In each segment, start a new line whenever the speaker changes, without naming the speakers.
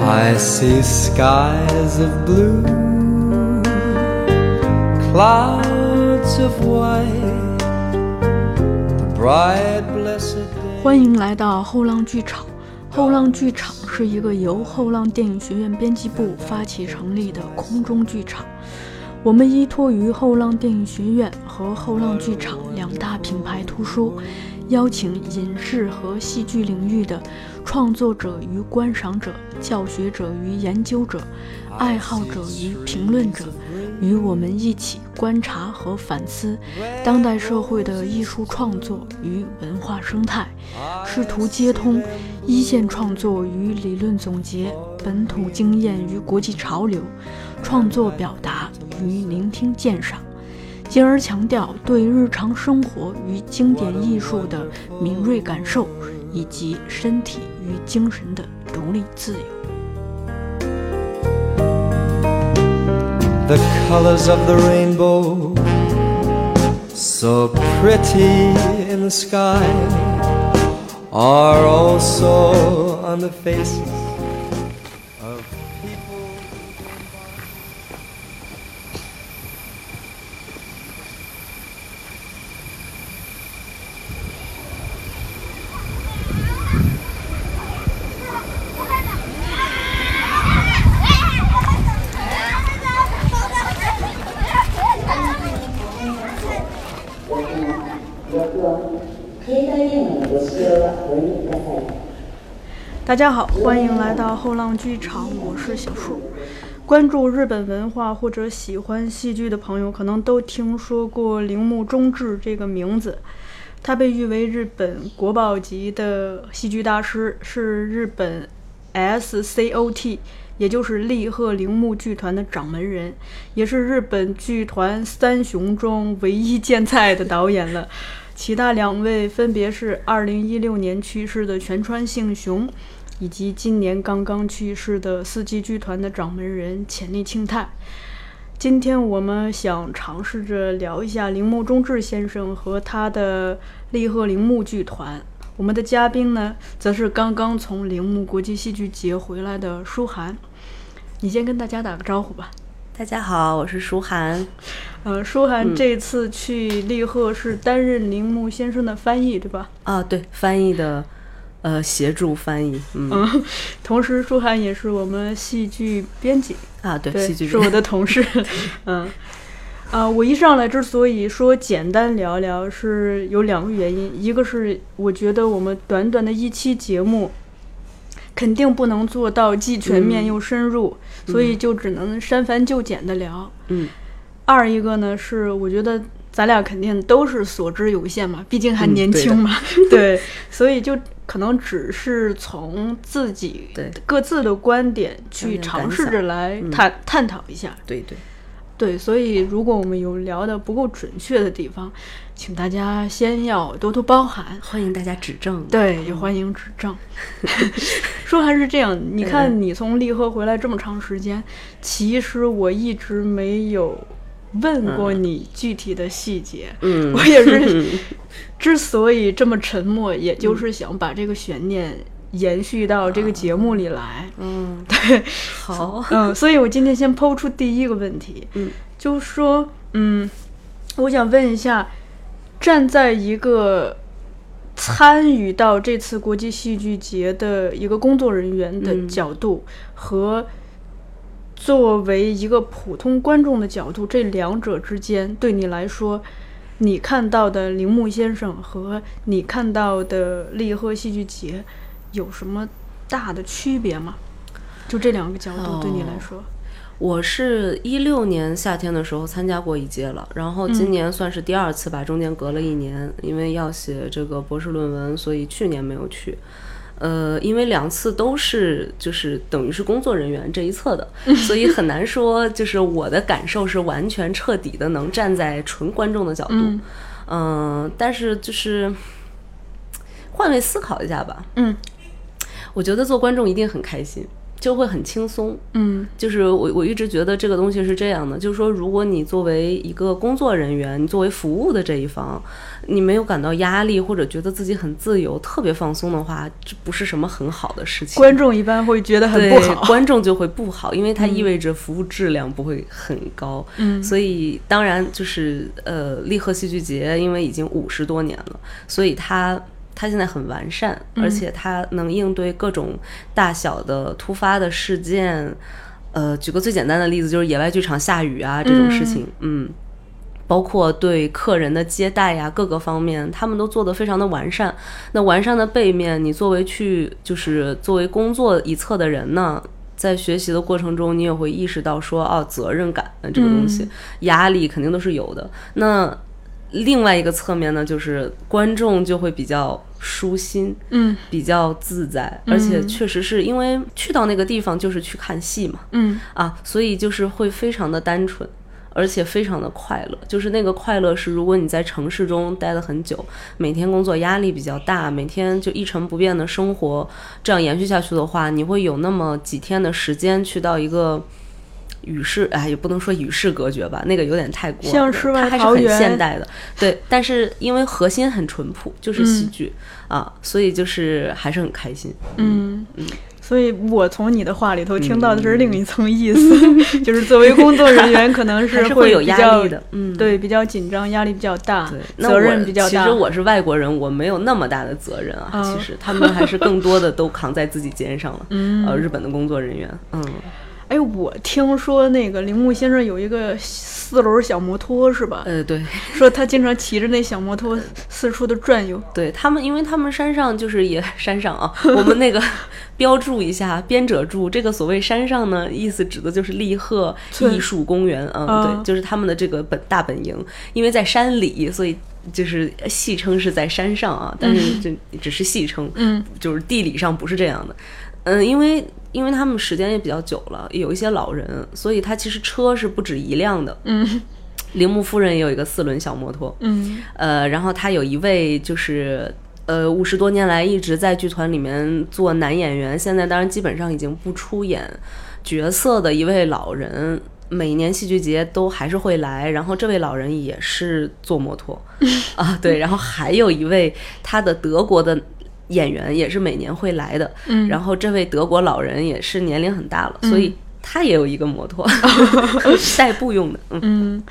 I see skies of blue, clouds of white, the bright blessed day.
欢迎来到后浪剧场。后浪剧场是一个由后浪电影学院编辑部发起成立的空中剧场。我们依托于后浪电影学院和后浪剧场两大品牌图书，邀请影视和戏剧领域的创作者与观赏者、教学者与研究者、爱好者与评论者，与我们一起观察和反思当代社会的艺术创作与文化生态，试图接通一线创作与理论总结、本土经验与国际潮流、创作表达与聆听鉴赏，进而强调对日常生活与经典艺术的敏锐感受，以及身体与精神的独立自由。
The colors of the rainbow, so pretty in the sky, are also on the faces of people.
大家好，欢迎来到后浪剧场，我是小树。关注日本文化或者喜欢戏剧的朋友，可能都听说过铃木忠志这个名字。他被誉为日本国宝级的戏剧大师，是日本 SCOT，也就是立鹤铃木剧团的掌门人，也是日本剧团三雄中唯一健在的导演了。其他两位分别是2016年去世的全川幸雄，以及今年刚刚去世的四季剧团的掌门人潜力庆太。今天我们想尝试着聊一下铃木忠志先生和他的立鹤铃木剧团。我们的嘉宾呢，则是刚刚从铃木国际戏剧节回来的舒涵。你先跟大家打个招呼吧。
大家好，我是舒涵。
呃，舒涵这次去立鹤是担任铃木先生的翻译，对吧？
啊，对，翻译的，呃，协助翻译，嗯，
嗯，同时舒涵也是我们戏剧编辑，
啊，对，
对，
戏剧
是我的同 事， 嗯。啊，我一上来之所以说简单聊聊，是有两个原因，一个是我觉得我们短短的一期节目，肯定不能做到既
嗯
全面又深入，所以就只能删繁就简的聊。
嗯，
二一个呢是，我觉得咱俩肯定都是所知有限嘛，毕竟
嗯
还年轻 嘛，对，所以就可能只是从自己
对
各自的观点去
点感
尝试
想嗯
着来探、探讨一下。
对对，
对，所以如果我们有聊的不够准确的地方，请大家先要多多包涵。
欢迎大家指正。
对，也欢迎指正。 说还是这样，你看你从利和回来这么长时间，其实我一直没有问过你具体的细节。
嗯
我也 是，之所以这么沉默，也
嗯
就是想把这个悬念延续到这个节目里来。
啊嗯，
对，
好，
嗯，所以我今天先抛出第一个问题，
嗯，
就说，嗯，我想问一下，站在一个参与到这次国际戏剧节的一个工作人员的
嗯
角度、和作为一个普通观众的角度，这两者之间对你来说，你看到的铃木先生和你看到的利贺戏剧节有什么大的区别吗？就这两个角度对你来说，
我是一六年夏天的时候参加过一届了，然后今年算是第二次吧，中间隔了一年，因为要写这个博士论文，所以去年没有去。呃，因为两次都是就是等于是工作人员这一侧的，所以很难说就是我的感受是完全彻底的能站在纯观众的角度，嗯、但是就是换位思考一下吧，
嗯
我觉得做观众一定很开心，就会很轻松。
嗯
就是我我一直觉得这个东西是这样的，就是说，如果你作为一个工作人员，你作为服务的这一方，你没有感到压力或者觉得自己很自由、特别放松的话，这不是什么很好的事情。
观众一般会觉得很不
对
好。
观众就会不好，因为它意味着服务质量不会很高。
嗯
所以当然就是呃，利赫戏剧节因为已经五十多年了，所以它它现在很完善，
嗯
而且它能应对各种大小的突发的事件。呃，举个最简单的例子，就是野外剧场下雨啊这种事情，嗯包括对客人的接待呀、各个方面，他们都做得非常的完善。那完善的背面，你作为去就是作为工作一侧的人呢，在学习的过程中，你也会意识到说，哦，责任感呃这个东西，
嗯
压力肯定都是有的。那另外一个侧面呢，就是观众就会比较舒心，
嗯
比较自在，而且确实是因为去到那个地方就是去看戏嘛，
嗯
啊，所以就是会非常的单纯，而且非常的快乐。就是那个快乐是，如果你在城市中待了很久，每天工作压力比较大，每天就一成不变的生活这样延续下去的话，你会有那么几天的时间去到一个。与世哎，也不能说与世隔绝吧，那个有点太过了。
像世外
它还是
桃
很
源
现代的，对。但是因为核心很淳朴，就是喜
嗯
剧、啊，所以就是还是很开心。
嗯。所以我从你的话里头听到的是另
嗯
一层意 思，就是作为工作人员，可能
还是
会
会有
比
压
较
力的嗯
对，比较紧张，压力比较大
对，，那
啊责
我
任比较大。
其实我是外国人，我没有那么大的责任啊。
嗯
其实他们还是更多的都扛在自己肩上了。
嗯
呃，日本的工作人员，嗯，
哎，我听说那个铃木先生有一个四轮小摩托是吧？
呃，对，
说他经常骑着那小摩托四处的转悠。
对他们，因为他们山上就是也 山上啊，我们那个 标注一下，编者注，这个所谓山上呢，意思指的就是利贺
村
艺术公园啊、嗯，
嗯
对，就是他们的这个本大本营，因为在山里，所以就是戏称是在山上啊，但是这只是戏称，
嗯，
就是地理上不是这样的。嗯，因为因为他们时间也比较久了，有一些老人，所以他其实车是不止一辆的。
嗯
铃木夫人也有一个四轮小摩托，
嗯
呃，然后他有一位就是呃五十多年来一直在剧团里面做男演员，现在当然基本上已经不出演角色的一位老人。每年戏剧节都还是会来，然后这位老人也是坐摩托啊，对，然后还有一位他的德国的演员也是每年会来的，
嗯
然后这位德国老人也是年龄很大了，所以他也有一个摩托， 代步用的，嗯，
嗯，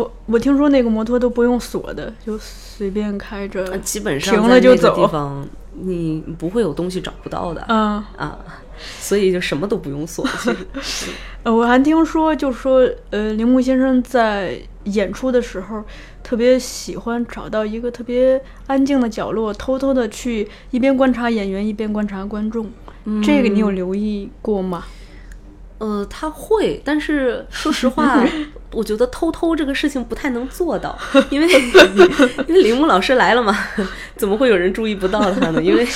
呃，我听说那个摩托都不用锁的，就随便开着。
呃基本上
停
在
了就
那个
走
地方，你不会有东西找不到的、
嗯，
啊，所以就什么都不用锁。其实
呃，我还听说，就说呃，铃木先生在演出的时候，特别喜欢找到一个特别安静的角落，偷偷的去一边观察演员，一边观察观众。
嗯
这个你有留意过吗？
呃，他会，但是说实话，我觉得偷偷这个事情不太能做到，因 为因为铃木老师来了嘛， 怎么会有人注意不到他呢？因 为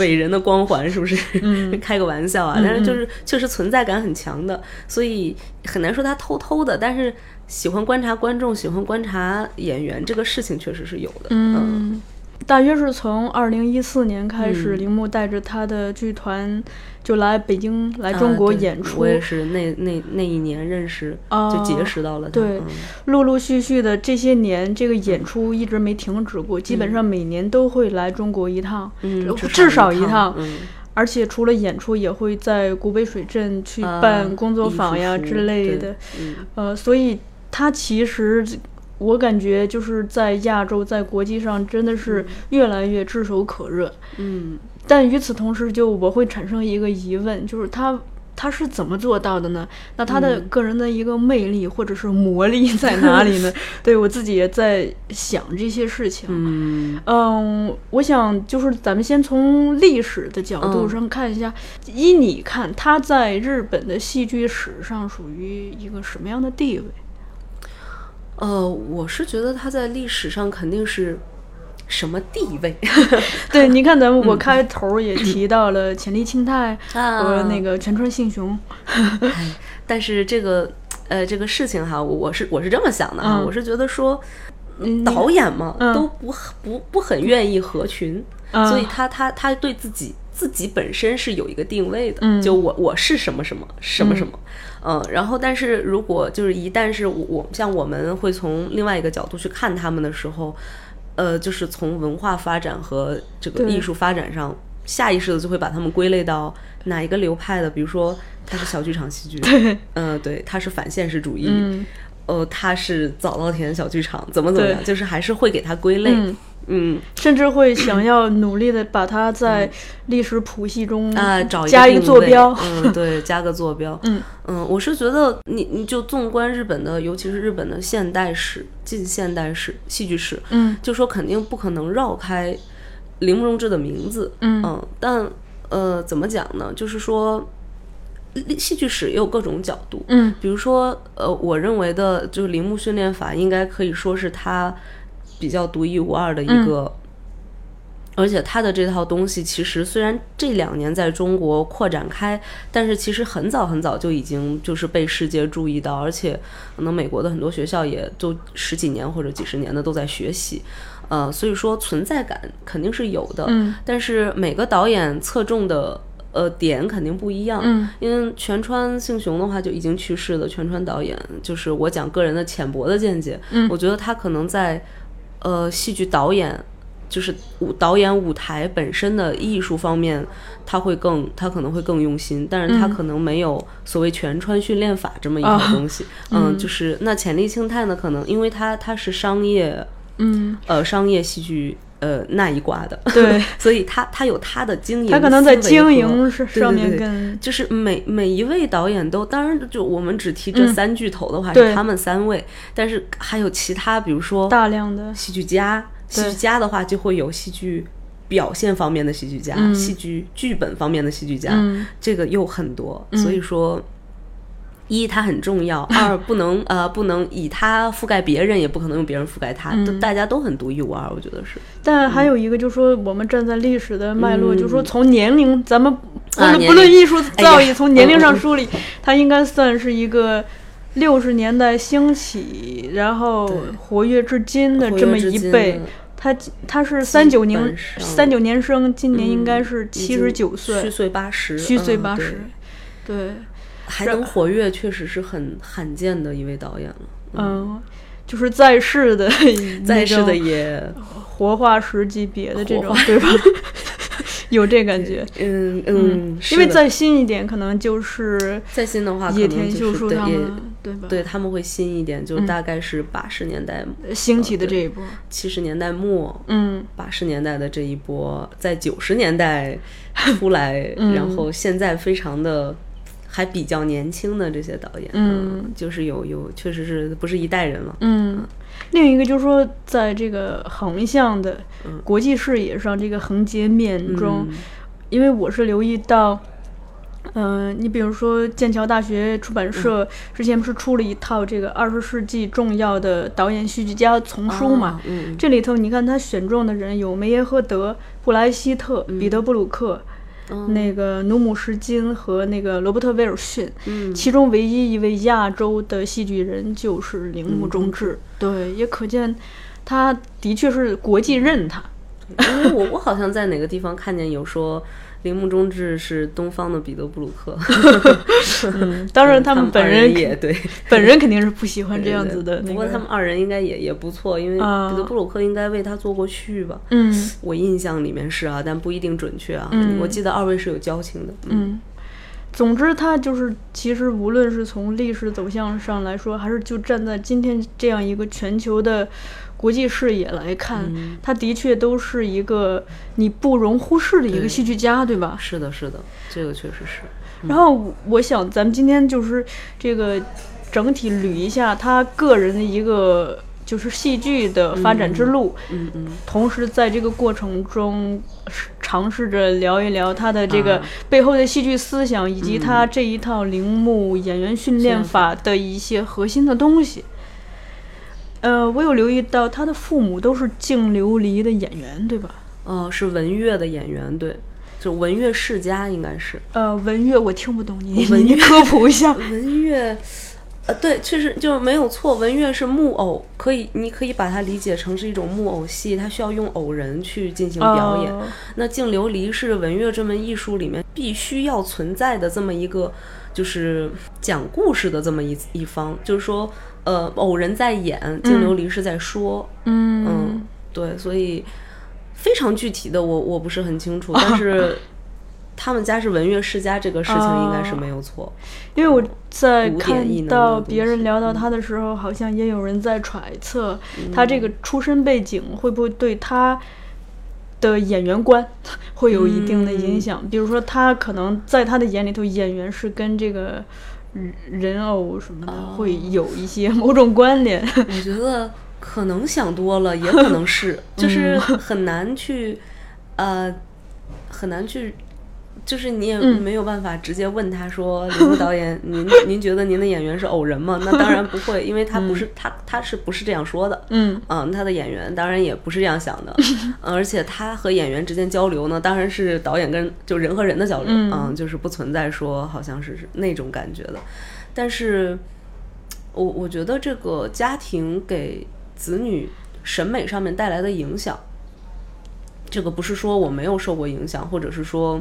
伟人的光环是不是？
嗯
开个玩笑啊，但是就是确实存在感很强的，所以很难说他偷偷的，但是喜欢观察观众，喜欢观察演员这个事情确实是有的。嗯
嗯，大约是从二零一四年开始，
嗯
铃木带着他的剧团就来北京、来中
啊
国
对
演出，
我也是那那那一年认识，
哦
就结识到了他。
对
嗯
陆陆续续的这些年，这个演出一直没停止过，基本上每年都会来中国一趟，
嗯，
至至少
一
一趟。
嗯，
而且除了演出，也会在古北水镇去
啊
办工作坊呀
艺术服
之类的。
嗯
呃，所以他其实我感觉就是在亚洲，在国际上真的是越来越炙手可热。
嗯，
但与此同时，就我会产生一个疑问，就是他他是怎么做到的呢？那他的
嗯
个人的一个魅力或者是魔力在哪里 呢？对我自己也在想这些事情。
嗯
嗯，我想就是咱们先从历史的角度
嗯
上看一下，依你看，他在日本的戏剧史上属于一个什么样的地位？
呃，我是觉得他在历史上肯定是什么地位
对，你看咱们我开头也提到了潜力清太和
嗯啊
那个全川信雄，
但是这个呃这个事情哈，我我是我是这么想的啊，
嗯
我是觉得说。
嗯
导演嘛，
嗯
都不不不很愿意合群，
嗯
所以他他他对自己自己本身是有一个定位的，
嗯
就我我是什么什么什么什么，嗯、然后但是如果就是一旦是我我像我们会从另外一个角度去看他们的时候，呃，就是从文化发展和这个
对
艺术发展上。下意识的就会把他们归类到哪一个流派的，比如说它是小剧场戏剧，嗯、对，它是反现实主义，
嗯
呃，它是早稻田小剧场，怎么怎么样，
对
就是还是会给它归类，
嗯
嗯
甚至会想要努力的把它在历史谱系中
啊，找
嗯
一
加一个
定
坐
位
标。
嗯，对，加个坐标，
嗯
我是觉得你你就纵观日本的，尤其是日本的现代史、近现代史、戏剧史，
嗯
就说肯定不可能绕开铃木荣治的名字，
嗯
但呃，怎么讲呢？就是说，历戏剧史也有各种角度，
嗯
比如说，呃，我认为的就是铃木训练法，应该可以说是他比较独一无二的一个，而且他的这套东西，其实虽然这两年在中国扩展开，但是其实很早很早就已经就是被世界注意到，而且可能美国的很多学校也都十几年或者几十年的都在学习。呃，所以说存在感肯定是有的，
嗯
但是每个导演侧重的呃点肯定不一样，
嗯
因为全川幸雄的话就已经去世了，全川导演就是我讲个人的浅薄的见解，
嗯
我觉得他可能在呃戏剧导演。就是舞导演舞台本身的艺术方面，他会更他可能会更用心，但是他
嗯
可能没有所谓全川训练法这么一套
啊
东西。嗯，就是那潜力青太呢，可能因为他他是商业
嗯，
呃商业戏剧呃那一挂的，
对，
所以他他有他的经营思维
他可
和，
能在经营上
对
上面
对对
跟
就是每每一位导演都，当然就我们只提这
嗯
三巨头的话、
对
是他们三位，但是还有其他，比如说
大量的
戏剧家，戏
对
剧家的话就会有戏剧表现方面的戏剧家，
嗯
戏剧剧本方面的戏剧家，
嗯
这个又很多，所以说。一它很重要，二不能呃不能以它覆盖别人，也不可能用别人覆盖它，都
嗯
大家都很独一无二，我觉得是。
但还有一个，就是说我们站在历史的脉络，
嗯
就是说从年龄，咱们不
啊
论、
年龄
不论艺术造
哎
诣，
呀
从年龄
嗯
上
嗯嗯
梳理，它应该算是一个六十年代兴起，然后
对
活跃至今的
活
这
跃
么
至
一
今
辈
的。
他他是三九年
本上
三九年生，今年应该是
嗯已
七
经
十九
虚
岁，
岁八十，
虚岁
嗯
八
对
十，对，
还能活跃，确实是很罕见的一位导演了。
嗯，就是在世 的
在世
那
的
种
也，
活化石级别的这
活
种，对 吧？有这感觉，
嗯嗯，是
因为
的
再新一点，可能就是
再新的话，
野
可能
田
就
秀
是
树
对
他
也
们，对吧？嗯
对他们会新一点，就大概是八十年代、
兴
哦
起的这一波，
七十年代末、
嗯
八十年代的这一波，在九十 年代出来，
嗯
然后现在非常的。还比较年轻的这些导演，
嗯
就是有有，确实是不是一代人了，
嗯。另一个就是说，在这个横向的
嗯
国际视野上，这个横截面中，因为我是留意到。嗯、你比如说剑桥大学出版社
嗯
之前不是出了一套这个二十世纪重要的导演戏剧家丛书嘛？
啊嗯，
这里头你看他选中的人有梅耶赫德、布莱希特、彼得布鲁克。
嗯
那个努姆什金和那个罗伯特威尔逊，
嗯
其中唯一一位亚洲的戏剧人就是铃
嗯
木忠志，对，也可见他的确是国际认他，
因为我我好像在哪个地方看见有说铃木忠志是东方的彼得布鲁 克，
当然他
嗯们
们本
二
人
也对
本人肯定是不喜欢这
对
样
对
子的那
不
个，
过他们二人应该也也不错，因为
啊
彼得布鲁克应该为他做过序吧。
嗯
我印象里面是啊，但不一定准确啊。
嗯
我记得二位是有交情的。
嗯，总之，他就是其实无论是从历史走向上来说，还是就站在今天这样一个全球的国际视野来看，
嗯
他的确都是一个你不容忽视的一个
对
戏剧家，对吧？
是的，是的，这个确实是。
然后我我想，咱们今天就是这个整体捋一下他个人的一个就是戏剧的发展之路，
嗯嗯，
同时在这个过程中是尝试着聊一聊他的这
啊
个背后的戏剧思想，以
嗯
及他这一套铃木演员训练
啊
法的一些核心的东西。呃，我有留意到他的父母都是净琉璃的演员，对吧？
哦，是文乐的演员，对，就文乐世家应该是。
呃，文乐我听不懂，你
文
你
乐
科普一下。
文乐，呃，对，确实就是没有错。文乐是木偶，可以，你可以把它理解成是一种木偶戏，它需要用偶人去进行表演。
哦
那净琉璃是文乐这门艺术里面必须要存在的这么一个，就是讲故事的这么一一方，就是说，呃，偶人在演，净琉璃是在说，
嗯
嗯，对，所以非常具体的我我不是很清楚，但 是他们家是文乐世家这个事情应该是没有错。
因为我在
古典
看
艺能的
到
东
别人
西
聊到他的时候，好像也有人在揣测他这个出身背景会不会对他的演员观 会有一定的影响。比如说，他可能在他的眼里头，演员是跟这个人人偶什么的会有一些某种关联。
我觉得可能想多了，也可能是， 嗯就是很难去，呃，很难去，就是你也没有办法直接问他说，林木导演，您您觉得您的演员是偶人 吗？那当然不会，因为他不是、他他是不是这样说的？
嗯
嗯，他的演员当然也不是这样 想的，嗯而且他和演员之间交流呢，当然是导演跟就人和人的交流，
嗯
就是不存在说好像是是那种感觉的。但是，我我觉得这个家庭给子女审美上面带来的影响，这个不是说我没有受过影响，或者是说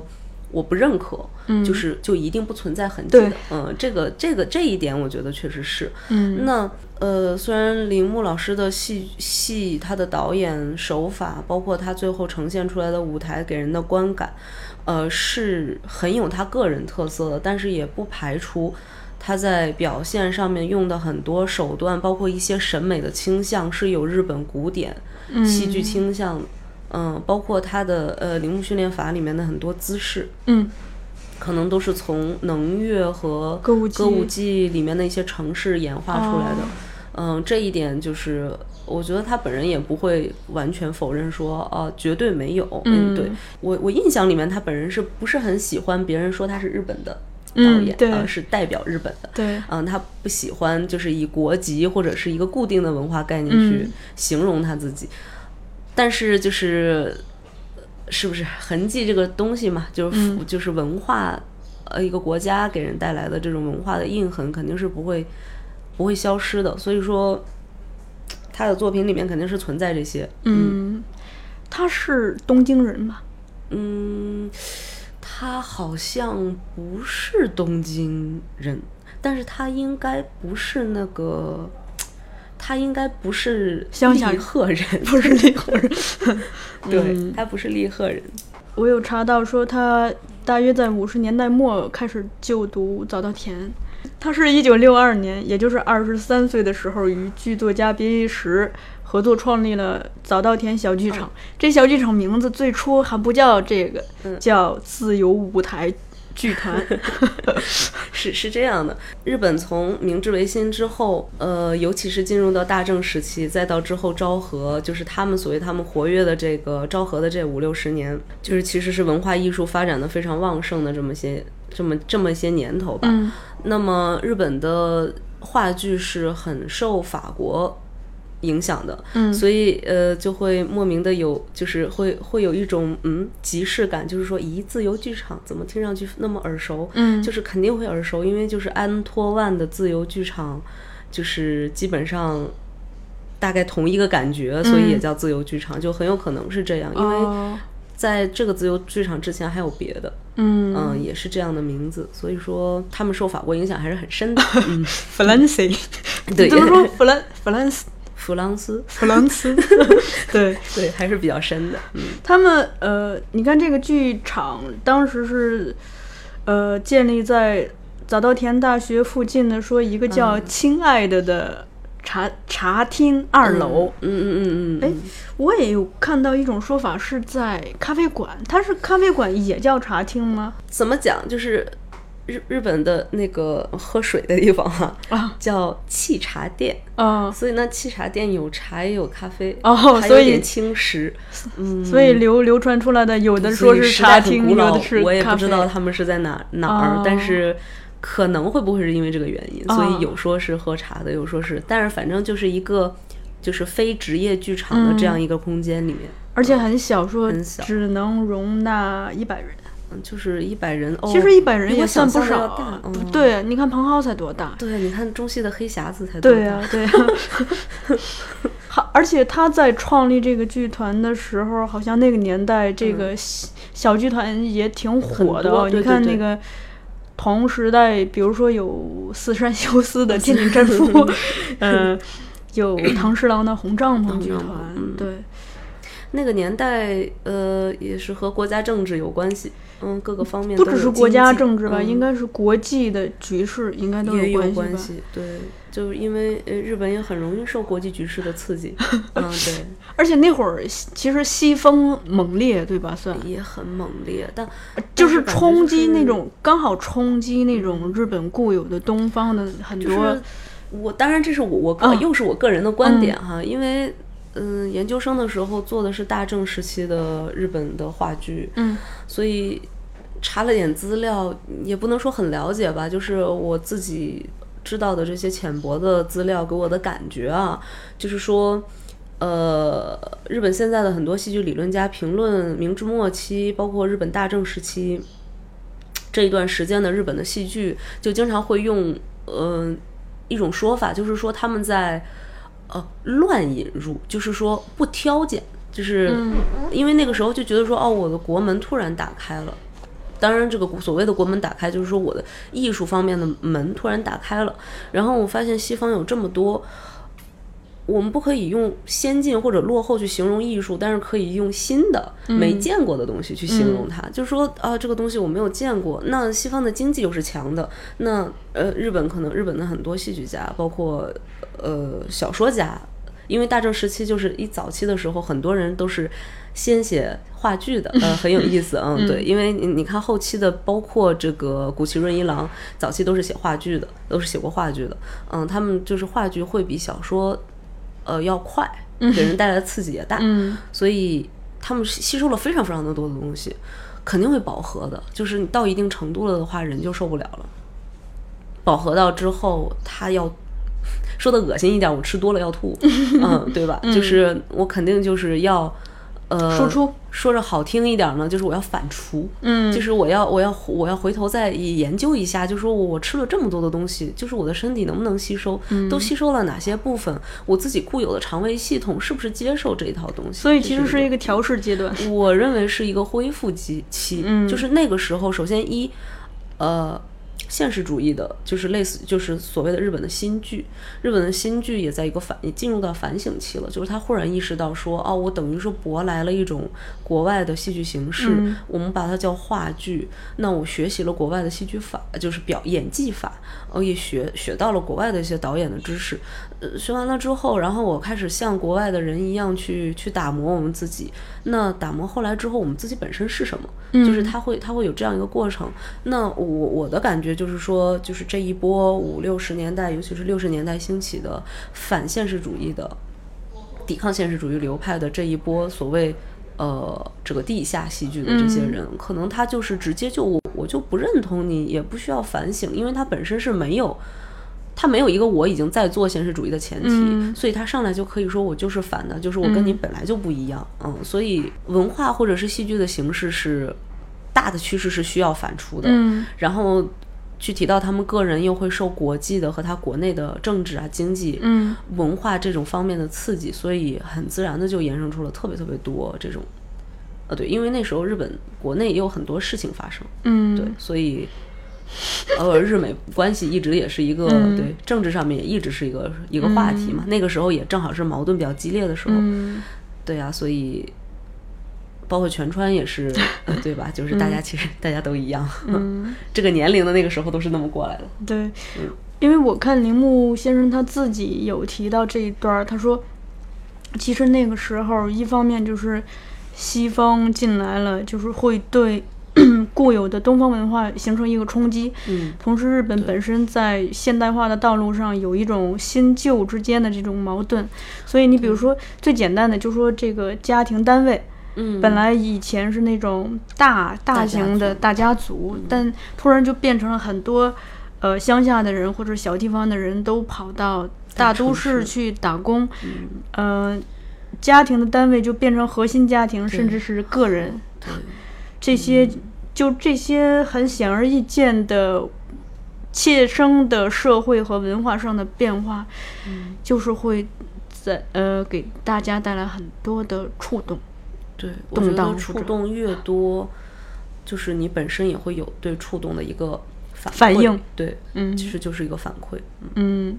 我不认可，就是就一定不存在痕迹的
对。
嗯，这个这个这一点，我觉得确实是。
嗯
那呃，虽然铃木老师的戏戏，他的导演手法，包括他最后呈现出来的舞台给人的观感，呃，是很有他个人特色的，但是也不排除他在表现上面用的很多手段，包括一些审美的倾向是有日本古典戏剧倾向的。嗯，包括他的呃铃木训练法里面的很多姿势，
嗯
可能都是从能乐和
歌舞伎哦
歌舞伎里面的一些城市演化出来的。嗯，这一点就是我觉得他本人也不会完全否认说，啊，绝对没有。嗯，对我我印象里面他本人是不是很喜欢别人说他是日本的导
嗯
演，
对
啊是代表日本的。
对
嗯，他不喜欢就是以国籍或者是一个固定的文化概念去
嗯
形容他自己，但是就是是不是痕迹这个东西嘛，就是、就是文化，呃，一个国家给人带来的这种文化的印痕肯定是不会不会消失的，所以说他的作品里面肯定是存在这些，
嗯，他是东京人吧？
嗯，他好像不是东京人，但是他应该不是那个，他应该不是
乡下
利
人
贺人，
不是嗯那个人。
对，他不是利贺人。
我有查到说他大约在五十年代末开始就读早稻田，他是一九六二年，也就是二十三岁的时候与剧作家别一时合作创立了早稻田小剧场。这小剧场名字最初还不叫这个，叫自由舞台剧团。
是是这样的，日本从明治维新之后，呃，尤其是进入到大正时期，再到之后昭和，就是他们所谓他们活跃的这个昭和的这五六十年，就是其实是文化艺术发展的非常旺盛的这么些这么这么些年头吧。
嗯
那么日本的话剧是很受法国影响的，
嗯
所以呃就会莫名的有，就是会会有一种嗯即视感，就是说，咦，自由剧场怎么听上去那么耳熟？
嗯
就是肯定会耳熟，因为就是安托万的自由剧场，就是基本上。大概同一个感觉，所
嗯
以也叫自由剧场，就很有可能是这样，因为
哦
在这个自由剧场之前还有别的，
嗯
嗯，也是这样的名字，所以说他们受法国影响还是 很深的。嗯，
弗兰西，
对
都说弗兰弗兰斯
弗朗斯，
弗兰斯，对。
对，还是比较深的。嗯，
他们呃，你看这个剧场当时是呃建立在早稻田大学附近的，说一个叫“
嗯
亲爱的”的茶、茶厅二楼。
嗯嗯嗯
哎、
嗯，
我也有看到一种说法是在咖啡馆，它是咖啡馆也叫茶厅吗？
怎么讲？就是日日本的那个喝水的地方哈、
啊
叫沏茶店，
啊、
所以那沏茶店有茶也有咖啡，
哦
还有
所以
点轻食。嗯，
呃所以流流传出来的，有的
所
说
以
是
嗯时代
茶
很
厅，
古
有
老
的是
我也
咖
不
啡
知。道他们是在哪哪儿，
哦
但是可能会不会是因为这个原因，
哦
所以有说是喝茶的，有说是，但是反正就是一个就是非职业剧
嗯
场的这样一个空间里面，
而且很小，说
很小
只能容纳一百人。
嗯就是一百人哦，
其实一百人
比
也
我
算
想
不
象的要
少
大，
不
嗯
对，你看庞浩才多大？
对，你看中戏的黑匣子才多
对啊呀、
大
对呀、 好，而且他在创立这个剧团的时候，好像那个年代这个小小剧团也挺火的
嗯很多
哦。
对
你看
对
那
对
个同时代，比如说有四山修斯
嗯
的《天井战 夫》，嗯，有唐十郎的《红帐篷》剧
红帐
团
篷，嗯
对，
那个年代，呃，也是和国家政治有关系，嗯，各个方面
不
都
只
有
是国
经
家
济
政治吧，
嗯
应该是国际的局势应该都
也有
关吧。
系。对，就是因为呃，日本也很容易受国际局势的 刺激，嗯，对。
而且那会儿其实西风猛烈，对吧？算
也很猛烈，但
呃就
但是
是
感觉
冲击那
是
种刚好冲击那种日本固有的东方的很
就
多
是我当然这是我我个、
嗯
又是我个人的观点哈，因为嗯、呃研究生的时候做的是大正时期的日本的话剧，
嗯，
所以查了点资料，也不能说很了解吧，就是我自己知道的这些浅薄的资料给我的感觉啊，就是说。呃，日本现在的很多戏剧理论家评论明治末期，包括日本大正时期，这一段时间的日本的戏剧，就经常会用嗯、呃、一种说法，就是说他们在呃乱引入，就是说不挑拣，就是、因为那个时候就觉得说哦，我的国门突然打开了。当然，这个所谓的国门打开，就是说我的艺术方面的门突然打开了。然后我发现西方有这么多，我们不可以用先进或者落后去形容艺术，但是可以用新的、没见过的东西去形容它。就是说啊，这个东西我没有见过。那西方的经济又是强的，那呃，日本可能日本的很多戏剧家，包括呃小说家，因为大正时期就是一早期的时候，很多人都是先写话剧的，呃，很有意思，嗯，对，因为你你看后期的，包括这个谷崎润一郎，早期都是写话剧的，都是写过话剧的，嗯，他们就是话剧会比小说，呃，要快，给人带来的刺激也大，
嗯
所以他们是吸收了非常非常的多的东西，肯定会饱和的。就是你到一定程度了的话，人就受不了了。饱和到之后，他要说的恶心一点，我吃多了要 吐，嗯，对吧？就是我肯定就是要。呃，
输出
说着好听一点呢，就是我要反刍，
嗯
就是我要我要我要回头再研究一下，就说我我吃了这么多的东西，就是我的身体能不能吸收，
嗯
都吸收了哪些部分，我自己固有的肠胃系统是不是接受这一套东西？
所以其实
这
是一
个
个调试阶段。
我认为是一个恢复期期，
嗯
就是那个时候，首先一，呃，现实主义的，就是类似就是所谓的日本的新剧，日本的新剧也在一个反也进入到反省期了，就是他忽然意识到说，哦，我等于说舶来了一种国外的戏剧形式，
嗯
我们把它叫话剧，那我学习了国外的戏剧法，就是表演技法，哦，也学学到了国外的一些导演的知识，呃，学完了之后，然后我开始像国外的人一样去去打磨我们自己。那打磨后来之后，我们自己本身是什么？就是它会它会有这样一个过程。那我我的感觉就是说，就是这一波五六十年代，尤其是六十年代兴起的反现实主义的抵抗现实主义流派的这一波所谓呃这个地下戏剧的这些人，可能他就是直接就我我就不认同你，也不需要反省，因为他本身是没有。他没有一个我已经在做现实主义的前提，
嗯
所以他上来就可以说我就是反的，就是我跟你本来就不一样，嗯所以文化或者是戏剧的形式是大的趋势是需要反刍的，
嗯
然后具体到他们个人又会受国际的和他国内的政治啊、经济、
嗯
文化这种方面的刺激，所以很自然的就衍生出了特别特别多这种，呃，对，因为那时候日本国内也有很多事情发生，
嗯，
对，所以。呃，日美关系一直也是一个、
嗯
对政治上面也一直是一个一个话题嘛。那个时候也正好是矛盾比较激烈的时候，
嗯
对啊，所以包括全川也是，呃对吧？就是大家其实大家都一样， 这个年龄的那个时候都是那么过来的。
对，因为我看铃木先生他自己有提到这一段儿，他说，其实那个时候一方面就是西方进来了，就是会对 固有的东方文化形成一个冲击，
嗯
同时，日本本身在现代化的道路上有一种新旧之间的这种矛盾，所以你比如说最简单的，就说这个家庭单位，
嗯，
本来以前是那种大大
大家
型的
族
大家族，嗯但突然就变成了很多，呃，乡下的人或者小地方的人都跑到大都市去打工，嗯、家庭的单位就变成核心家庭，甚至是个人，这些就这些很显而易见的、切身的社会和文化上的变化，就是会在呃给大家带来很多的触动。
对，我觉
荡
得
是
触
这样
动越多，就是你本身也会有对触动的一个反
反
馈
应
对，
嗯
其实就是一个反馈。嗯
嗯，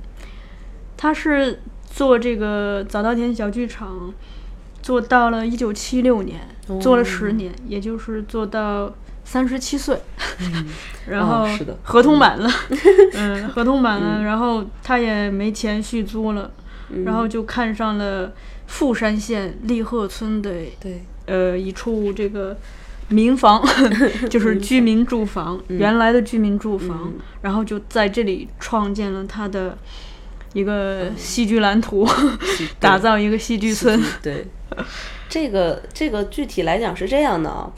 他是做这个早稻田小剧场，做到了一九七六年，做了十年，也就是做到三十七岁。 然后
哦是的
合同满了， 嗯，合同满了，然后他也没钱续租了，然后就看上了富山县立鹤村的
对，
呃一处这个民房， 就是居民住房，
嗯
原来的居民住房，然后就在这里创建了他的一个戏剧蓝图，打造一个戏剧村。
对，这个这个具体来讲是这样的啊，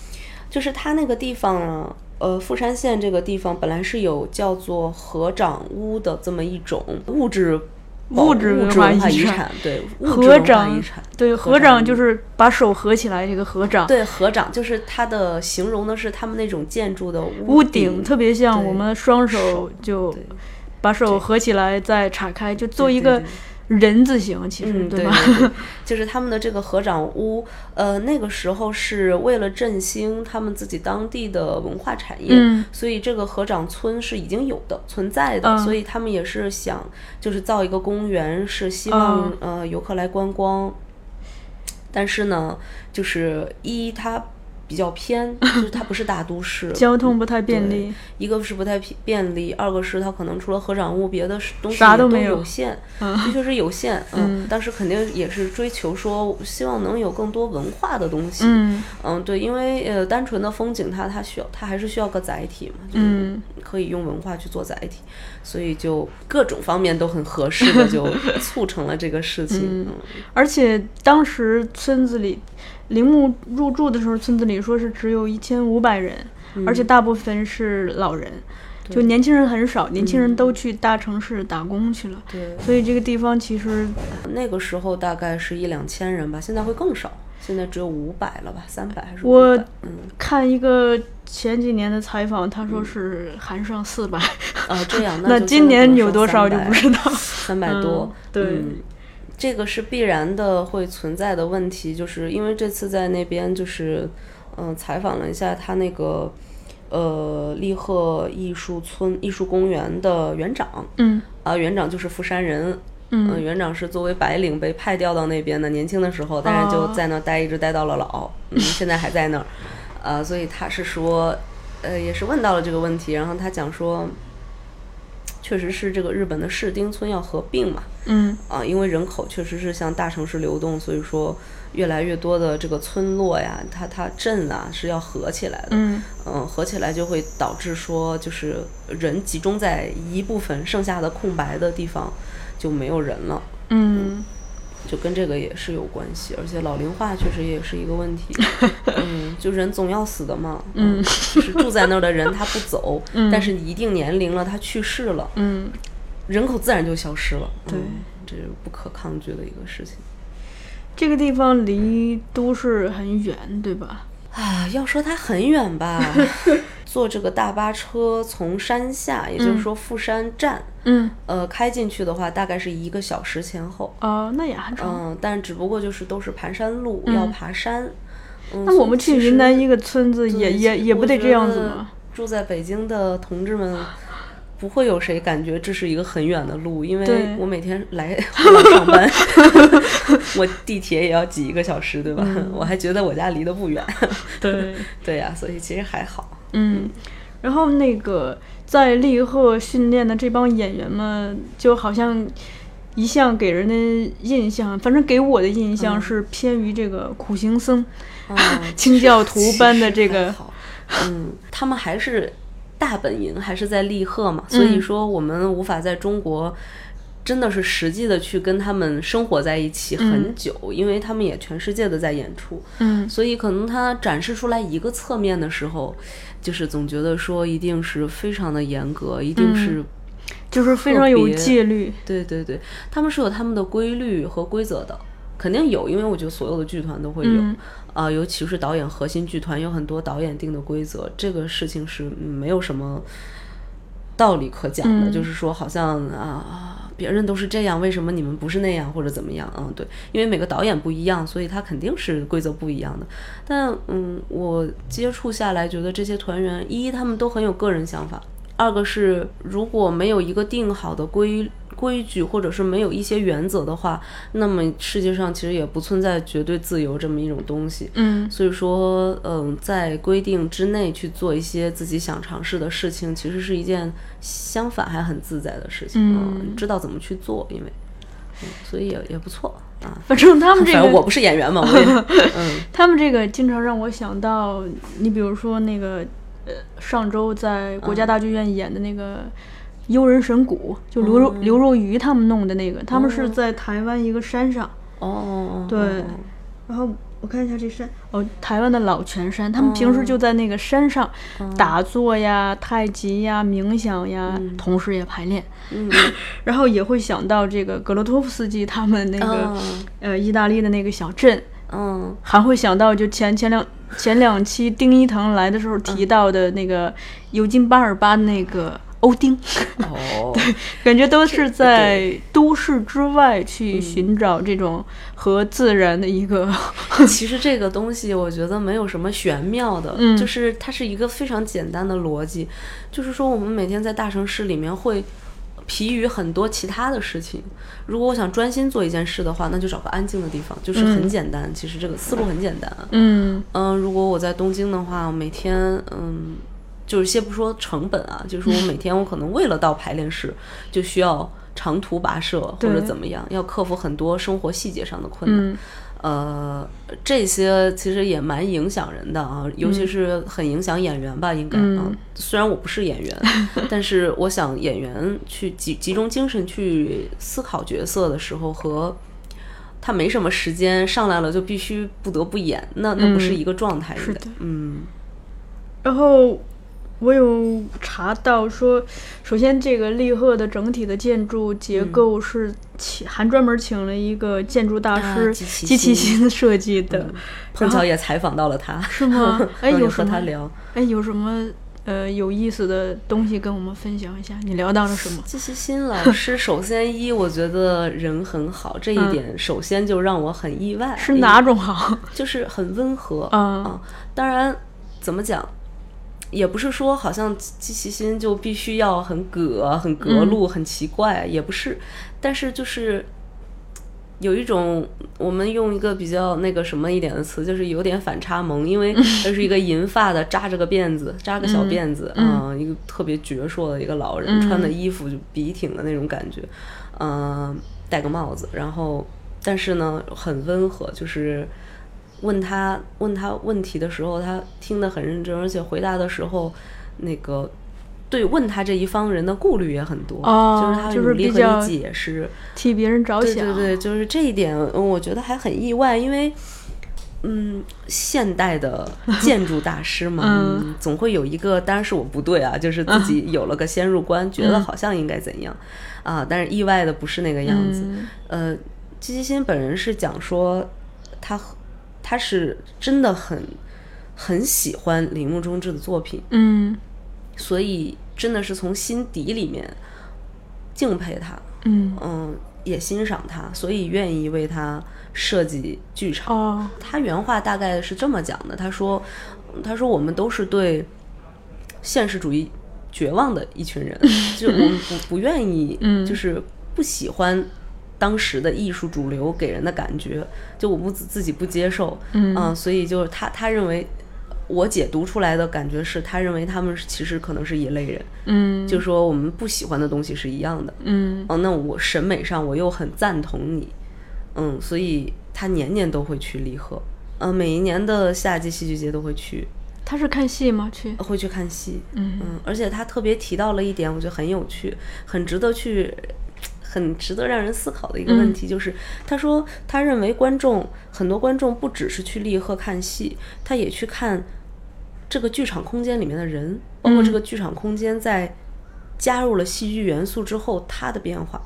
就是它那个地方啊，呃，富山县这个地方本来是有叫做合掌屋的这么一种物质保。
物质
质
文
文
化遗
遗
产
产，对，物质
合
文化
掌
遗产，，
对，
合
合掌
掌
就是把手合起来，这个合掌，
对，合掌就是它的形容的是他们那种建筑的
屋
顶
顶特别像
对
我们双手就
对
把手合起来再岔开，就做一个
对
人字形，其实
嗯，对
吧？
对 对就是他们的这个合掌屋，呃，那个时候是为了振兴他们自己当地的文化产业，
嗯
所以这个合掌村是已经有的存在的，
嗯
所以他们也是想就是造一个公园，是希望、
嗯
呃游客来观光。但是呢，就是一它比较偏，就是它不是大 都市，
交通不太便
对
利，
一个是不太便便利，二个是它可能除了合掌物，别的是东西
啥
也
都
都
没有
有限，的确是有 限。嗯，但是肯定也是追求说，希望能有更多文化的东西。
嗯
嗯对，因为呃，单纯的风景它它需要它还是需要个载体嘛，就是
嗯
可以用文化去做载体，所以就各种方面都很合适 的，就促成了这个事情。嗯，
而且当时村子里，铃木入住的时候，村子里说是只有一千五百人，
嗯
而且大部分是老人，就年轻人很少，年轻人都去大城市打工去了。
对，
所以这个地方其实，
嗯那个时候大概是一两千人吧，现在会更少，现在只有五百了吧，三百还是
我
500嗯。
看一个前几年的采访，他说是含上四百、
啊，这 样
那
就
今
真的
年
不能
有
说
多少就
300
不知 道。
三百多
嗯，对
嗯这个是必然的会存在的问题，就是因为这次在那边就是，嗯、采访了一下他那个，呃，立鹤艺术村艺术公园的园长，
嗯
啊，园长就是富山人。
嗯
园长是作为白领被派调到那边的，年轻的时候，但是
哦
就在那儿待，一直待到了老， 嗯，现在还在那儿，啊，所以他是说，呃，也是问到了这个问题，然后他讲说，确实是这个日本的市町村要合并嘛，
嗯
啊，因为人口确实是向大城市流动，所以说越来越多的这个村落呀，它它镇啊是要合起来的。
嗯
嗯合起来就会导致说，就是人集中在一部分，剩下的空白的地方就没有人了，
嗯，
就跟这个也是有关系。而且老龄化确实也是一个问 题，嗯，就人总要死的嘛，嗯，就是住在那儿的人他不 走，但是一定年龄了，他去世了，
嗯，
人口自然就消失了，
对
嗯这是不可抗拒的一个事情。
这个地方离都市很远，对吧？
啊，要说它很远吧， 坐这个大巴车从山下，也就是说富山站，
嗯
呃，开进去的话大概是一个小时前后。
哦，那也还成。
嗯，但只不过就是都是盘山路，要爬山。嗯
那我们去云南一
个
个村子也也也不得这样子吗？？
住在北京的同志们。不会有谁感觉这是一个很远的路，因
对
为我每天来 我上班， 我地铁也要挤一个小时，对吧？
嗯
我还觉得我家离得不远，
对，
对呀、所以其实还好。
嗯。然后那个在立鹤训练的这帮演员们，就好像一向给人的印象，反正给我的印象是偏于这个苦行僧、
嗯
清教徒般的这
其实还
个，
好嗯，他们还是大本营，还是在立贺
嗯
嘛，所以说我们无法在中国。真的是实际的去跟他们生活在一起很久，因为他们也全世界的在演出，
嗯
所以可能他展示出来一个侧面的时候，就是总觉得说一定是非常的严格，一定是、
就是非常有
特别
戒律。
对对对，他们是有他们的规律和规则的，肯定有，因为我觉得所有的剧团都会有，啊、
嗯
尤其是导演核心剧团，有很多导演定的规则，这个事情是没有什么道理可讲的，
嗯
就是说好像啊，别人都是这样，为什么你们不是那样或者怎么样啊？对，因为每个导演不一样，所以他肯定是规则不一样的。但嗯，我接触下来，觉得这些团员，一他们都很有个人想法，二个是如果没有一个定好的规规矩，或者是没有一些原则的话，那么世界上其实也不存在绝对自由这么一种东西。
嗯
所以说，嗯，在规定之内去做一些自己想尝试的事情，其实是一件相反还很自在的事情。
嗯
知道怎么去做，因为，嗯、所以也也不错啊。
反正他们这
反正我
个，
不是演员嘛， 我也嗯
他们这个经常让我想到，你比如说那个，呃，上周在国家大剧院演的那个《幽人神谷》，就
哦
刘若、刘若愚他们弄的那个，他们是在台湾一个山上，
哦，
对
哦
然后我看一下这山，哦，台湾的老泉山，他们平时就在那个山上
哦
打坐呀、太极呀、冥想呀，同时也排练。
嗯，
然后也会想到这个格罗托夫斯基他们那个、
哦
呃意大利的那个小镇，
嗯
还会想到就前前两前两期丁一腾来的时候提到的那个尤金巴尔巴那个欧丁，
哦，
感觉都是在都市之外去寻找这种和自然的一 个
其实这个东西我觉得没有什么玄妙的，
嗯
就是它是一个非常简单的逻辑，就是说我们每天在大城市里面会疲于很多其他的事情。如果我想专心做一件事的话，那就找个安静的地方，就是很简单。其实这个思路很简单啊。
嗯
嗯，如果我在东京的话，每天嗯，就是先不说成本啊，就是我每天我可能为了到排练室，就需要长途跋涉或
对
者怎么样，要克服很多生活细节上的困难。
嗯
呃，这些其实也蛮影响人的啊，尤其是很影响演员吧，应该啊。
嗯
虽然我不是 演员，但是我想演员去集集中精神去思考角色的时候和。他没什么时间，上来了就必须不得不演，那那不是
嗯
一个状态。
是的
嗯
然后我有查到说，首先这个利赫的整体的建筑结构是请、还专门请了一个建筑大
啊
师
吉崎
吉崎
新
新设计的，
碰巧也采访到了他，
是 吗哎
然后
有
就
什
和他
么
聊。
哎，有什么呃有意思的东西跟我们分享一下？你聊到了 什么？
季羡新 老师，首先一，我觉得人很好，这一
嗯
点首先就让我很意外。
是
因为
哪种好？
就是很温和
嗯
啊。当然，怎么讲，也不是说好像季其新就必须要很葛、很格路、很奇怪，也不是。但是就是有一种，我们用一个比较那个什么一点的词，就是有点反差 萌，因为他是一个银发的，扎着个辫子，扎个小辫子，
嗯
嗯，一个特别矍铄的一个老人，
嗯
穿的衣服就笔挺的那种感觉，嗯、戴个帽子，然后但是呢很温和，就是问他问他问题的时候，他听得很认真，而且回答的时候那个。对问他这一方人的顾虑也很多，
哦
就是他会
就是
努力
比
和
较
你解释，
替别人着
对
想，，
对对，就是这一点，嗯我觉得还很意外，因为，嗯，现代的建筑大师 嘛
嗯
嗯总会有一个，当然是我不对啊，就是自己有了个先入观，觉
嗯
得好像应该怎样，啊，但是意外的不是那个样子。
嗯
呃，季基新本人是讲说，他和他是真的很很喜欢铃木忠志的作品，
嗯
所以真的是从心底里面敬佩他。
嗯
嗯，也欣赏他，所以愿意为他设计剧场。
哦
他原话大概是这么讲的：他说，他说我们都是对现实主义绝望的一群 人，就我们不不愿意，
嗯
就是不喜欢。当时的艺术主流给人的感觉，就我不自自己不接受，啊
嗯
所以就是他他认为，我解读出来的感觉是他认为他们是其实可能是一类人，
嗯
就说我们不喜欢的东西是一样的，
嗯
哦，那我审美上我又很赞同你，嗯，所以他年年都会去利贺，呃，每一年的夏季戏剧节都会去，
他是看戏吗？去
会去看戏，
嗯
嗯，而且他特别提到了一点，我觉得很有趣，很值得去，很值得让人思考的一个问
嗯
题，就是他说他认为观众很多观众不只是去利贺看戏，他也去看这个剧场空间里面的人，包括这
嗯
个剧场空间在加入了戏剧元素之后它的变化。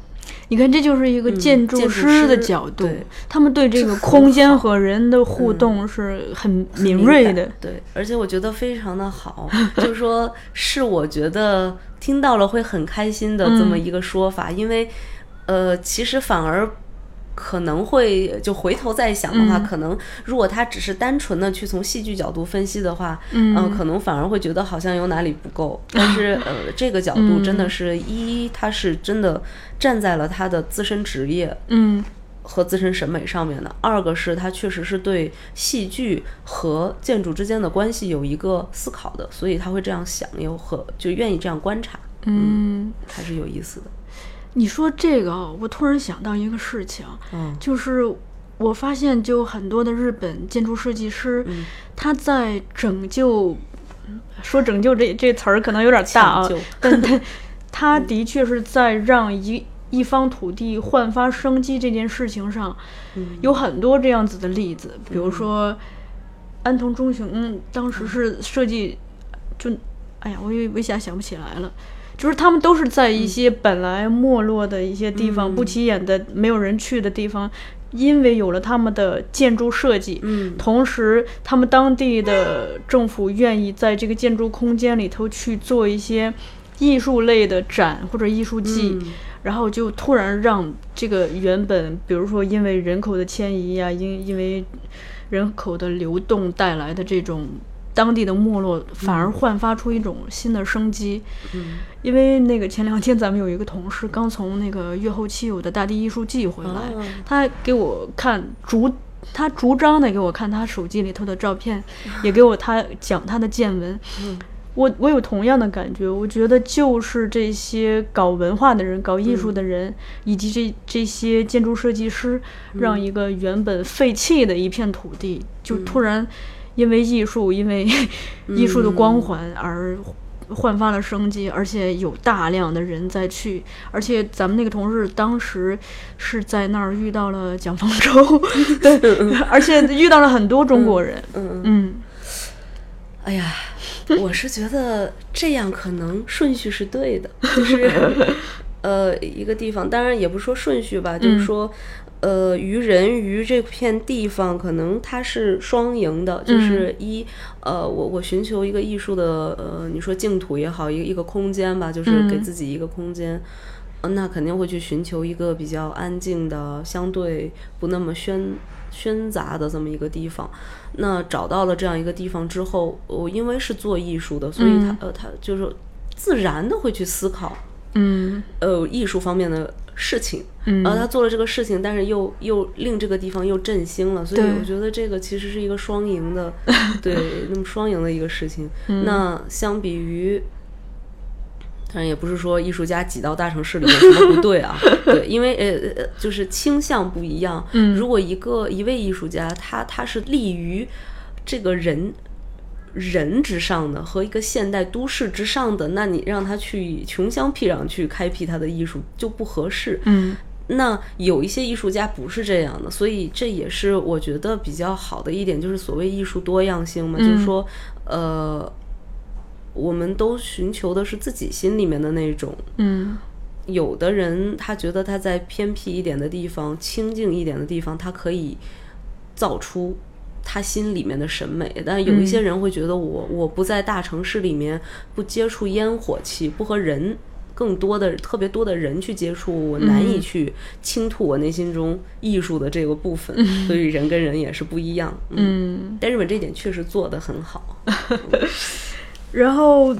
你看，这就是一个建
建
筑
筑
师的
嗯师
角度，
对嗯
他们对这个空间和人的互动是很敏锐的。
对，而且我觉得非常的好， 就是说是我觉得听到了会很开心的这么一个说法，
嗯
因为呃，其实反而。可能会就回头再想的话，
嗯
可能如果他只是单纯的去从戏剧角度分析的话，
嗯
呃可能反而会觉得好像有哪里 不够。但是呃，这个角度真的
嗯
是一，他是真的站在了他的自身职业，
嗯
和自身审美上面的，二个是他确实是对戏剧和建筑之间的关系有一个思考的，所以他会这样想，也有和就愿意这样观察，
嗯，
还是有意思的。
你说这个啊，我突然想到一个事情，
嗯
就是我发现，就很多的日本建筑设计师，
嗯
他在拯救，说拯救这这词儿可能有点大啊
抢救，
但他他的确是在让一一方土地焕发生机这件事情上，
嗯
有很多这样子的例子，比如说安藤忠雄当时是设计，就哎呀，我有我一下想不起来了。就是他们都是在一
嗯
些本来没落的一些地方、不起眼的、没有人去的地方，因为有了他们的建筑设计，
嗯
同时他们当地的政府愿意在这个建筑空间里头去做一些艺术类的展或者艺术季，
嗯
然后就突然让这个原本，比如说因为人口的迁移呀、因因为人口的流动带来的这种当地的没落，反而焕发出一种新的生机。
嗯
因为那个前两天咱们有一个同事刚从那个月后期有的大地艺术季回来，
哦
他还给我看逐他逐张的给我看他手机里头的照片，也给我他讲他的见闻。我我有同样的感觉，我觉得就是这些搞文化的人、搞艺术的人，以及这这些建筑设计师，让一个原本废弃的一片土地，就突然因为艺术，因为艺术的光环而焕发了生机，而且有大量的人在去，而且咱们那个同事当时是在那儿遇到了蒋方舟， 对，而且遇到了很多中国人，
嗯，
嗯
哎呀，我是觉得这样可能顺序是对的，就是呃一个地方，当然也不是说顺序吧，就是说。呃，于人于这片地方，可能它是双赢的，就是一，呃，我我寻求一个艺术的，呃，你说净土也好，一个一个空间吧，就是给
嗯
自己一个空间，呃那肯定会去寻求一个比较安静的、相对不那么喧喧杂的这么一个地方。那找到了这样一个地方之后，我因为是做艺术的，所以他、
嗯
呃他就是自然的会去思考
嗯
呃艺术方面的事情。
嗯
然后他做了这个事情，但是又又令这个地方又振兴了，所以
对
我觉得这个其实是一个双赢 的，对，那么双赢的一个事情。
嗯
那相比于。当然也不是说艺术家挤到大城市里有什么不对 啊，对，因为呃呃就是倾向不一样。
嗯
如果一个一位艺术家，他他是立于这个人人之上的和一个现代都市之上的，那你让他去穷乡僻壤去开辟他的艺术就不合适。
嗯
那有一些艺术家不是这样的，所以这也是我觉得比较好的一点，就是所谓艺术多样性嘛，就是说，呃，我们都寻求的是自己心里面的那种。
嗯
有的人他觉得他在偏僻一点的地方、清静一点的地方，他可以造出他心里面的审美，但有一些人会觉得我、我不在大城市里面，不接触烟火气，不和人更多的特别多的人去接触，我难以去倾吐我内心中艺术的这个部分，所以人跟人也是不一样。嗯，
嗯，
但日本这点确实做得很好。
然后。